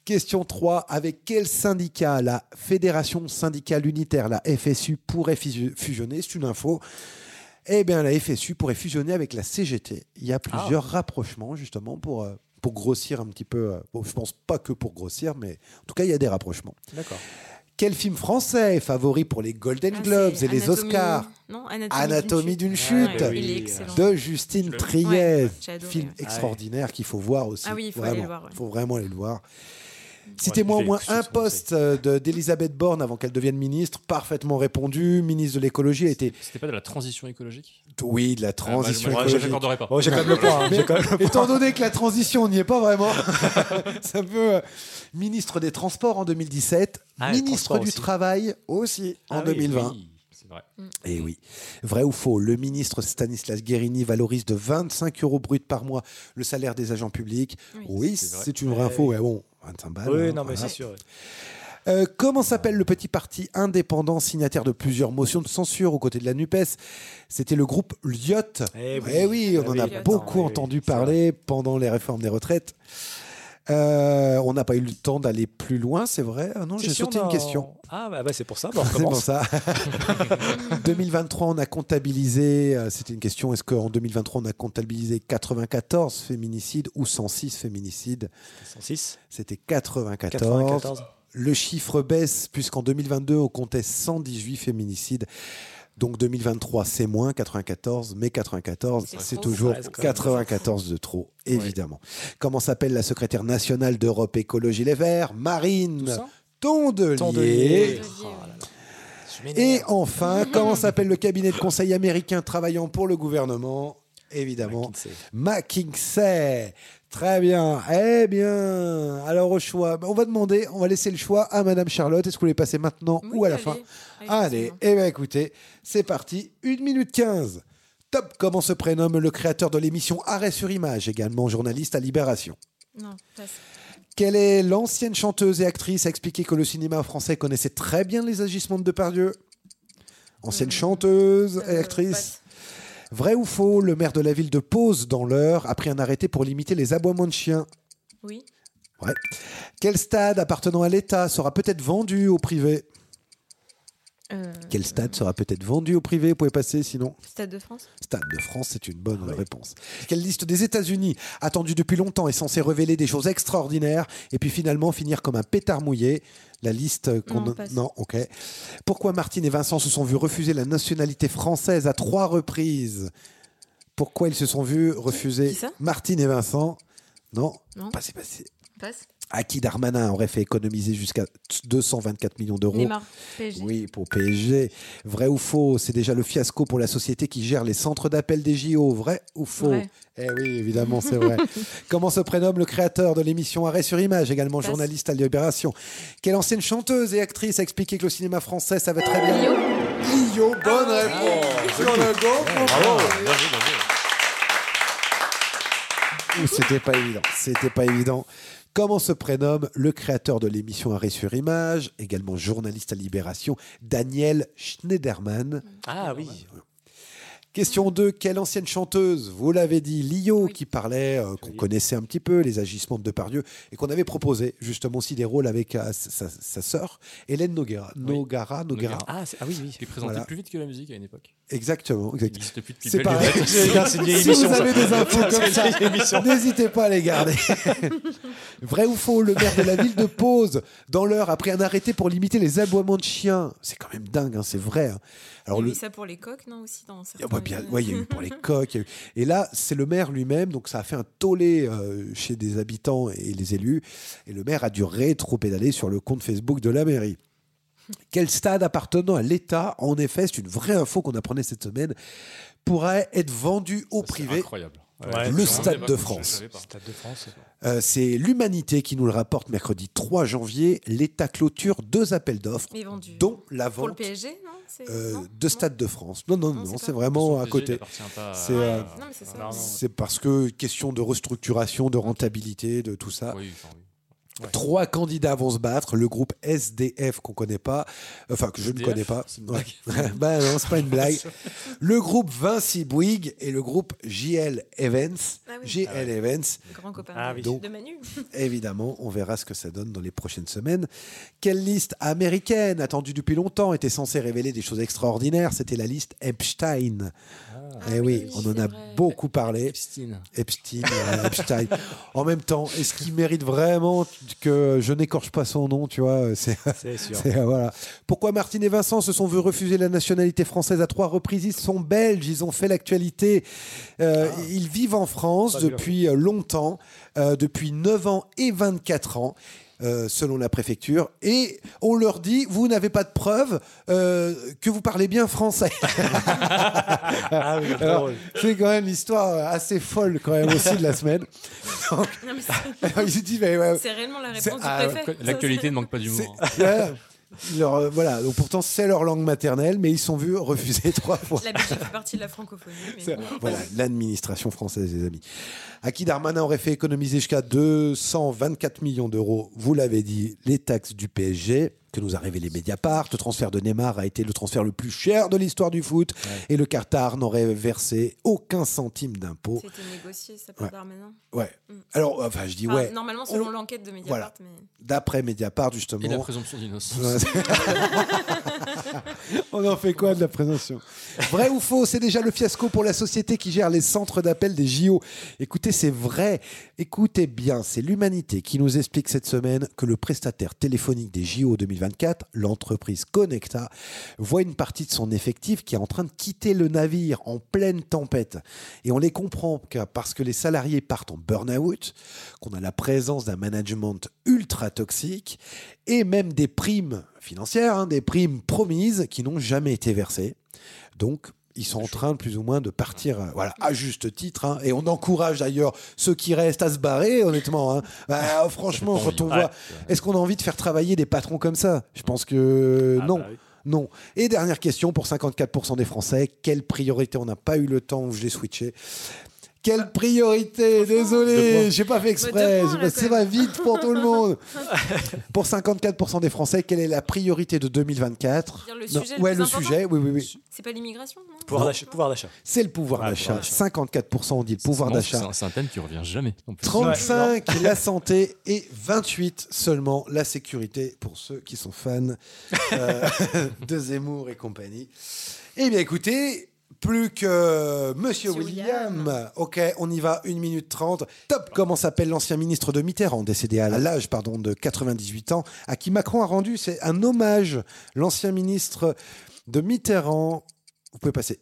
F: Question 3. Avec quel syndicat la Fédération syndicale unitaire, la FSU, pourrait fusi- fusionner C'est une info. Eh bien, la FSU pourrait fusionner avec la CGT. Il y a plusieurs rapprochements, justement, pour, euh, pour grossir un petit peu. euh, Bon, je pense pas que pour grossir, mais en tout cas, il y a des rapprochements.
J: D'accord.
F: Quel film français est favori pour les Golden
N: Ah,
F: Globes
N: c'est
F: et les
N: Anatomie-
F: Oscars
N: non, Anatomie d'une
F: d'une
N: chute. Ah
F: chute,
N: Ouais, il est excellent.
F: de Justine Triet.
N: Ouais, j'ai adoré,
F: film
J: Ah
N: ouais.
F: extraordinaire qu'il faut voir aussi.
N: Ah oui, il faut
F: vraiment.
N: aller le voir, ouais.
F: faut vraiment aller le voir. Citez-moi au moins un poste euh, de- d'Elisabeth Borne avant qu'elle devienne ministre. Parfaitement répondu. Ministre de l'écologie a été.
T: C'était pas de la transition écologique Ah, bah,
F: Oui,
J: Ah, bah,
F: de la transition.
T: moi, moi,
F: écologique.
T: j'accorderai pas.
J: Bon, j'ai quand même le point, hein,
F: Mais
J: j'ai quand même le point.
F: Étant donné que la transition, on n'y est pas vraiment. C'est un peu euh, ministre des Transports en 2017,
J: Ah, les
F: ministre
J: transports
F: du
J: aussi.
F: Travail aussi en
J: Ah oui,
F: 2020.
J: oui,
T: c'est vrai.
F: Et Eh oui. Vrai ou faux, le ministre Stanislas Guérini valorise de 25 euros brut par mois le salaire des agents publics. Oui,
J: c'est vrai.
F: c'est une vraie
J: Ouais,
F: info.
J: oui.
F: Ouais, bon, 25 balles.
J: Oui,
F: hein,
J: Ah non, mais
F: voilà.
J: c'est sûr. ouais.
F: Euh, comment s'appelle le petit parti indépendant signataire de plusieurs motions de censure aux côtés de la NUPES C'était le groupe Lyot.
J: Eh oui.
F: on
J: Eh
F: en
J: oui,
F: a
J: Lyot.
F: beaucoup
J: Eh oui,
F: entendu parler pendant les réformes des retraites. Euh, on n'a pas eu le temps d'aller plus loin, c'est vrai. Ah non,
J: Si,
F: j'ai
J: si,
F: sauté
J: on a-
F: une question.
J: Ah bah, bah, c'est pour ça, bah, on
F: C'est pour
J: recommence.
F: ça. 2023, on a comptabilisé, euh, c'était une question, est-ce qu'en 2023, on a comptabilisé 94 féminicides ou 106 féminicides
J: 106
F: C'était 94.
J: 94.
F: Le chiffre baisse puisqu'en 2022, on comptait 118 féminicides. Donc 2023, c'est moins 94, mais 94,
J: C'est
F: c'est
J: trop,
F: toujours
J: ça reste quand même
F: 94 de trop, évidemment. Comment s'appelle la secrétaire nationale d'Europe Écologie Les Verts Marine Tondelier.
J: Tondelier.
N: Oh,
F: Et enfin, comment s'appelle le cabinet de conseil américain travaillant pour le gouvernement Évidemment, McKinsey. Très bien. Eh bien, alors au choix, Bah, on va demander, on va laisser le choix à Madame Charlotte. Est-ce que vous voulez passer maintenant ou à Oh, la fin
N: Ah,
F: Allez, eh bien écoutez, c'est parti. 1 minute 15. Top, comment se prénomme le créateur de l'émission Arrêt sur image, également journaliste à Libération
N: Non, passe.
F: Quelle est l'ancienne chanteuse et actrice à expliquer que le cinéma français connaissait très bien les agissements de Depardieu Ancienne chanteuse
N: Euh,
F: et actrice Vrai ou faux, le maire de la ville de Pause, dans l'heure, a pris un arrêté pour limiter les aboiements de chiens
N: Oui.
F: Ouais. Quel stade appartenant à l'État sera peut-être vendu au privé
N: Euh,
F: Quel stade sera peut-être vendu au privé Vous pouvez passer sinon.
N: Stade de France
F: Stade de France, c'est une bonne
N: Ah
F: réponse. Quelle liste des États-Unis, attendue depuis longtemps, est censée révéler des choses extraordinaires et puis finalement finir comme un pétard mouillé La liste qu'on.
N: Non, passe.
F: ok. Pourquoi Martine et Vincent se sont vus refuser la nationalité française à trois reprises Pourquoi ils se sont vus refuser
N: Qui ça
F: Martine et Vincent Non.
N: Non.
F: Passez, passez.
N: Passe.
F: À qui Darmanin aurait fait économiser jusqu'à 224 millions d'euros
N: Neymar, PSG.
F: Oui, pour PSG. Vrai ou faux C'est déjà le fiasco pour la société qui gère les centres d'appel des JO. Vrai ou faux
N: Vrai.
F: Eh oui, évidemment, c'est vrai. Comment se prénomme le créateur de l'émission Arrêt sur image, également
N: Passe.
F: journaliste à Libération Quelle ancienne chanteuse et actrice a expliqué que le cinéma français savait très bien Lio bonne réponse Sur le go,
T: Bravo.
F: Ouh, C'était pas évident. C'était pas évident. Comment se prénomme le créateur de l'émission Arrêt sur image, également journaliste à Libération, Daniel Schneiderman
B: Ah oui.
F: Question 2. Quelle ancienne chanteuse, vous l'avez dit, Lio, qui parlait, euh, qu'on connaissait un petit peu, les agissements de Depardieu, et qu'on avait proposé justement aussi des rôles avec euh, sa, sa sœur, Hélène Noguera. Noguera, Noguera.
B: Ah, c'est- ah oui, oui.
T: Il présentait
F: Voilà.
T: plus vite que la musique à une époque.
F: Exactement, exact.
T: existe plus depuis
F: C'est
T: Belle
F: pareil.
T: Lurette. C'est une vieille
F: si
T: émission,
F: vous avez
T: ça.
F: des infos
T: Ça,
F: comme
T: c'est une vieille
F: ça,
T: émission.
F: n'hésitez pas à les garder. Vrai ou faux, le maire de la ville de Pause, dans l'heure, a pris un arrêté pour limiter les aboiements de chiens. C'est quand même dingue, hein, c'est vrai. hein.
N: Alors,
F: Alors, le,
N: ça pour les coques, non aussi dans certains...
F: ah bah, bien- ouais, il y a eu pour les coqs. il y a eu- Et là, c'est le maire lui-même, donc ça a fait un tollé euh, chez des habitants et les élus. Et le maire a dû rétro-pédaler sur le compte Facebook de la mairie. Quel stade appartenant à l'État, en effet, c'est une vraie info qu'on apprenait cette semaine, pourrait être vendu au privé
T: Incroyable.
F: Le Stade de France.
B: Stade de France.
F: Euh, c'est l'Humanité qui nous le rapporte mercredi 3 janvier. L'État clôture deux appels d'offres,
N: Mais vendu.
F: dont la
N: Pour le
F: vente
N: PSG, non, c'est-
F: euh,
N: non
F: de Stade de France. Non, non, non,
N: c'est
F: c'est
N: pas-
F: vraiment
T: Son
F: à
T: PSG, il
F: côté.
T: appartient pas à-
F: C'est euh,
N: Non, mais c'est ça. Non, non.
F: c'est parce que question de restructuration, de rentabilité, de tout ça. Trois candidats vont se battre. Le groupe SDF qu'on connaît pas, enfin que je ne
T: SDF,
F: connais pas.
T: c'est une blague.
F: Ouais. bah non, c'est pas une blague. Le groupe Vinci Bouygues et le groupe JL Evans.
N: Ah oui.
F: JL
N: Ah ouais.
F: Evans.
N: Grand copain
F: Ah
N: de-
F: oui.
N: de Manu.
F: Évidemment, on verra ce que ça donne dans les prochaines semaines. Quelle liste américaine, attendue depuis longtemps, était censée révéler des choses extraordinaires C'était la liste Epstein. eh oui, on en a beaucoup parlé. Epstein. Epstein, ouais, Epstein. En même temps, est-ce qu'il mérite vraiment que je n'écorche pas son nom, tu vois C'est
J: C'est sûr.
F: c'est- euh, voilà. Pourquoi Martine et Vincent se sont vus refuser la nationalité française à trois reprises Ils sont belges, ils ont fait l'actualité. Euh, Ils vivent en France
J: Ah. Pas vu
F: depuis longtemps, euh, depuis 9 ans et 24 ans. euh, selon la préfecture, et on leur dit, vous n'avez pas de preuves euh, que vous parlez bien français.
J: Ah oui,
F: Alors,
J: drôle.
F: c'est quand même l'histoire euh, assez folle quand même aussi de la semaine. Donc,
N: Non, mais c'est-
F: il se dit, mais ouais.
N: C'est réellement la
F: euh, C'est-
N: réponse
F: ah,
N: du préfet.
T: L'actualité ne manque pas d'humour. hein.
F: Ouais. Leur, euh, voilà, donc pourtant c'est leur langue maternelle, mais ils sont vus refuser trois fois.
N: La Belgique fait partie de la francophonie. Mais
F: C'est-
N: bon.
F: Voilà, l'administration française, les amis. À qui Darmanin aurait fait économiser jusqu'à 224 millions d'euros, vous l'avez dit, les taxes du PSG que nous a révélé Mediapart. Le transfert de Neymar a été le transfert le plus cher de l'histoire du foot et le Qatar n'aurait versé aucun centime d'impôt.
N: C'était négocié, ça
F: Ouais.
N: part Darmanin.
F: Ouais.
N: Mm.
F: Alors, enfin, je dis
N: Enfin,
F: ouais.
N: Normalement, selon
F: On-
N: l'enquête de Mediapart.
F: Voilà.
N: Mais...
F: D'après Mediapart, justement.
T: Et la présomption d'innocence.
F: On en fait quoi de la présomption Vrai ou faux C'est déjà le fiasco pour la société qui gère les centres d'appel des JO. Écoutez, c'est vrai. Écoutez bien, c'est l'humanité qui nous explique cette semaine que le prestataire téléphonique des JO 2024, l'entreprise Connecta, voit une partie de son effectif qui est en train de quitter le navire en pleine tempête. Et on les comprend car- parce que les salariés partent en burn-out, qu'on a la présence d'un management ultra toxique et même des primes financières, hein, des primes promises qui n'ont jamais été versées. Donc, ils sont en train plus ou moins de partir, euh, voilà, à juste titre. hein. et on encourage d'ailleurs ceux qui restent à se barrer, honnêtement. hein. Bah, franchement,
J: Ah. pas
F: quand
J: envie.
F: on
J: Ouais.
F: voit, est-ce qu'on a envie de faire travailler des patrons comme ça Je pense que
J: Ah
F: non.
J: bah oui.
F: Non. Et dernière question pour 54% des Français. Quelle priorité On n'a pas eu le temps où je l'ai switché. Quelle priorité Désolé, j'ai pas fait exprès.
N: Bah, points,
F: J'ai
N: là,
F: pas-
N: quand
F: Ça va vite pour tout le monde. Pour 54% des Français, quelle est la priorité de 2024
N: Dire le
F: Non,
N: sujet le
F: Ouais,
N: plus
F: le
N: important
F: sujet, oui, oui, oui.
N: C'est pas l'immigration, non
F: Pouvoir d'achat- C'est le pouvoir d'achat. 54% on dit le pouvoir
T: Non,
F: d'achat.
T: c'est un- C'est un thème qui revient jamais. en plus.
F: 35 la santé et 28 seulement la sécurité pour ceux qui sont fans euh, de Zemmour et compagnie. Eh bien écoutez, plus que Monsieur William. Ok, on y va, 1 minute 30. Top Comment s'appelle l'ancien ministre de Mitterrand, décédé à l'âge pardon, de 98 ans, à qui Macron a rendu c'est un hommage. L'ancien ministre de Mitterrand. Vous pouvez passer.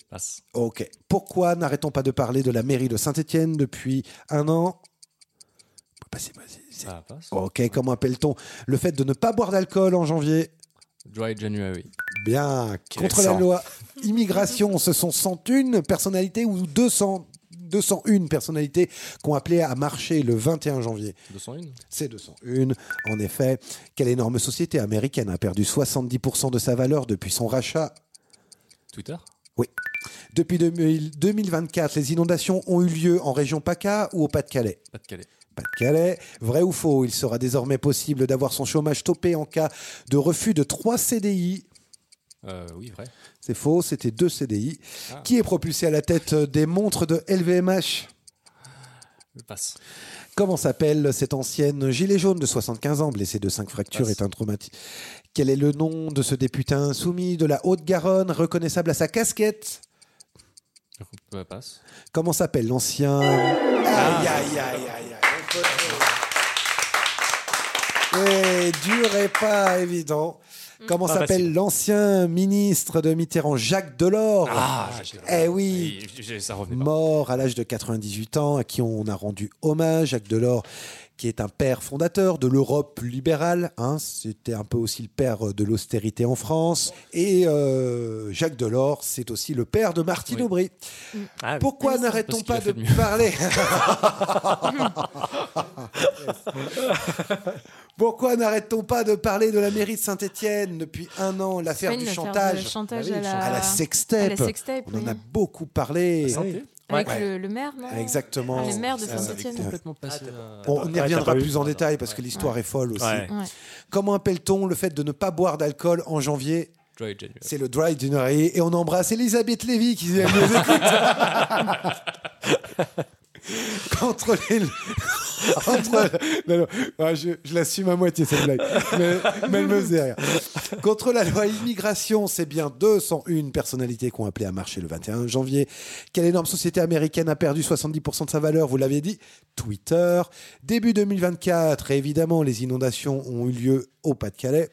F: Ok. Pourquoi n'arrêtons pas de parler de la mairie de Saint-Étienne depuis un an
T: Ça passe.
F: Ok, comment appelle-t-on le fait de ne pas boire d'alcool en janvier
T: Dry January.
F: Bien.
T: Quel
F: Contre la
T: sang.
F: loi immigration, ce sont 101 personnalités ou 200 201 personnalités qui ont appelé à marcher le 21 janvier.
T: 201
F: C'est 201, en effet. Quelle énorme société américaine a perdu 70% de sa valeur depuis son rachat
T: Twitter
F: Oui. Depuis 2000 2024, les inondations ont eu lieu en région PACA ou au Pas-de-Calais
T: Pas de Calais.
F: Pas-de-Calais. Vrai ou faux, il sera désormais possible d'avoir son chômage stoppé en cas de refus de 3 CDI.
T: Euh, oui, vrai.
F: C'est faux, c'était 2 CDI.
T: Ah.
F: Qui est propulsé à la tête des montres de LVMH
T: Je passe.
F: Comment s'appelle cette ancienne gilet jaune de 75 ans, blessée de 5 fractures et un traumatisme Quel est le nom de ce député insoumis de la Haute-Garonne, reconnaissable à sa casquette
T: Je Euh, passe.
F: Comment s'appelle
T: Ah.
F: l'ancien Aïe, aïe, aïe, aïe. Et Eh, dur et pas évident. Comment
T: Pas
F: s'appelle
T: facile.
F: l'ancien ministre de Mitterrand, Jacques Delors
T: Ah.
F: Eh oui
T: Et j'ai- Ça revenait.
F: Mort à l'âge de 98 ans, à qui on a rendu hommage, Jacques Delors, qui est un père fondateur de l'Europe libérale. hein, C'était un peu aussi le père de l'austérité en France. Et euh, Jacques Delors, c'est aussi le père de Martine Aubry.
T: Mm. Ah
F: Pourquoi n'arrêtons pas
T: Parce
F: de
T: qu'il a fait
F: parler
T: de mieux.
F: Pourquoi n'arrêtons pas de parler de la mairie de Saint-Étienne depuis un an, l'affaire
N: Oui,
F: du
N: l'affaire de
F: chantage,
N: chantage
F: Bah oui,
N: à la-
F: à la sextape.
N: à la sextape,
F: On en
N: oui.
F: a beaucoup
T: Ah,
F: parlé.
N: La santé. Avec
F: Ouais.
N: le- le maire, non
F: Exactement.
N: Ah, le maire de
F: Ça,
N: Saint-Étienne.
F: ouais.
N: Complètement passé,
T: Ah, t'as
N: euh,
F: On
N: t'as
F: on y
N: pas-
F: reviendra
N: t'as pas
F: plus en détail parce que l'histoire est folle aussi.
T: Ouais. Ouais.
F: Comment appelle-t-on le fait de ne pas boire d'alcool en janvier
T: Dry January.
F: c'est le dry January et on embrasse Elisabeth Lévy qui nous écoute. Contre les... Contre... Non, non, ouais, je je l'assume à moitié cette blague, mais, mais elle me faisait rire. Contre la loi immigration, c'est bien 201 personnalités qui ont appelé à marcher le 21 janvier. Quelle énorme société américaine a perdu 70% de sa valeur, vous l'avez dit Twitter. Début 2024, et évidemment, les inondations ont eu lieu au Pas-de-Calais.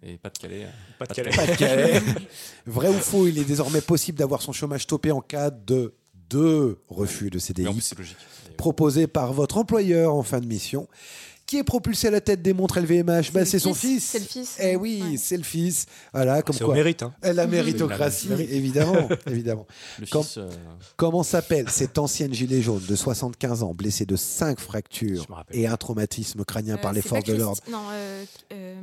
T: Et pas de Calais. euh, Pas de
F: Pas de Calais. Vrai ou faux, il est désormais possible d'avoir son chômage stoppé en cas de deux refus de CDI proposés par votre employeur en fin de mission. Qui est propulsé à la tête des montres LVMH Bah, C'est son fils.
N: C'est le fils.
F: Eh oui, c'est le fils. Voilà, comme
J: C'est
F: quoi.
J: au mérite, hein.
F: Eh, La méritocratie,
J: La mérite.
F: évidemment. évidemment.
T: Le
F: Comme-
T: fils, euh,
F: Comment s'appelle cette ancienne gilet jaune de 75 ans, blessée de 5 fractures et un traumatisme crânien
N: Euh,
F: par les
N: c'est
F: forces
N: pas
F: de l'ordre
N: Christi- Non, euh, euh,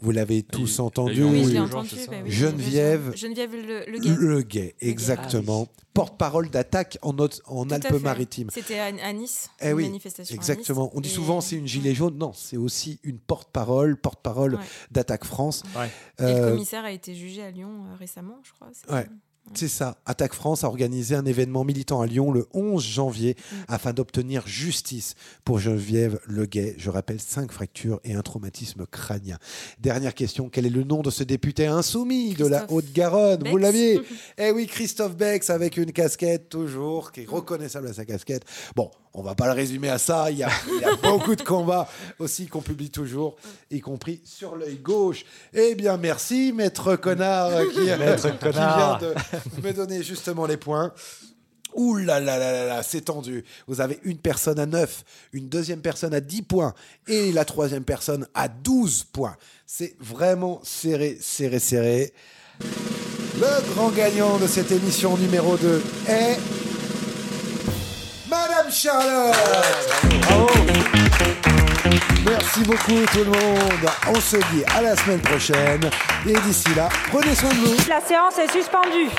F: Vous l'avez tous entendu.
N: oui, je l'ai entendu. bah oui,
F: Geneviève.
N: Geneviève Le, le Guet.
F: Le Guet, exactement. Porte-parole d'attaque en, Haute- en
N: Tout à fait.
F: Alpes-Maritimes.
N: C'était à, à Nice,
F: Eh
N: une
F: oui,
N: manifestation. à Nice.
F: exactement. On dit
N: Et-
F: souvent c'est une gilet jaune. Non, c'est aussi une porte-parole, porte-parole
N: Ouais.
F: d'attaque France.
N: Et
F: Euh,
N: le commissaire a été jugé à Lyon euh, récemment, je crois. c'est-
F: Ouais. C'est ça. Attaque France a organisé un événement militant à Lyon le 11 janvier afin d'obtenir justice pour Geneviève Leguet. Je rappelle, cinq fractures et un traumatisme crânien. Dernière question. Quel est le nom de ce député insoumis de la Haute-Garonne Vous
J: Bex.
F: l'aviez Eh oui, Christophe Bex avec une casquette toujours, qui est reconnaissable à sa casquette. Bon, on va pas le résumer à ça. Il y a, il y a beaucoup de combats aussi qu'on publie toujours, y compris sur l'œil gauche. Eh bien, merci, maître connard euh, qui,
J: Maître
F: qui
J: Connard.
F: vient de me donner justement les points. Ouh là là là là là, c'est tendu. Vous avez une personne à 9, une deuxième personne à 10 points et la troisième personne à 12 points. C'est vraiment serré, serré, serré. Le grand gagnant de cette émission numéro 2 est Madame Charlotte. Merci beaucoup tout le monde. On se dit à la semaine prochaine. Et d'ici là, prenez soin de vous.
D: La séance est suspendue.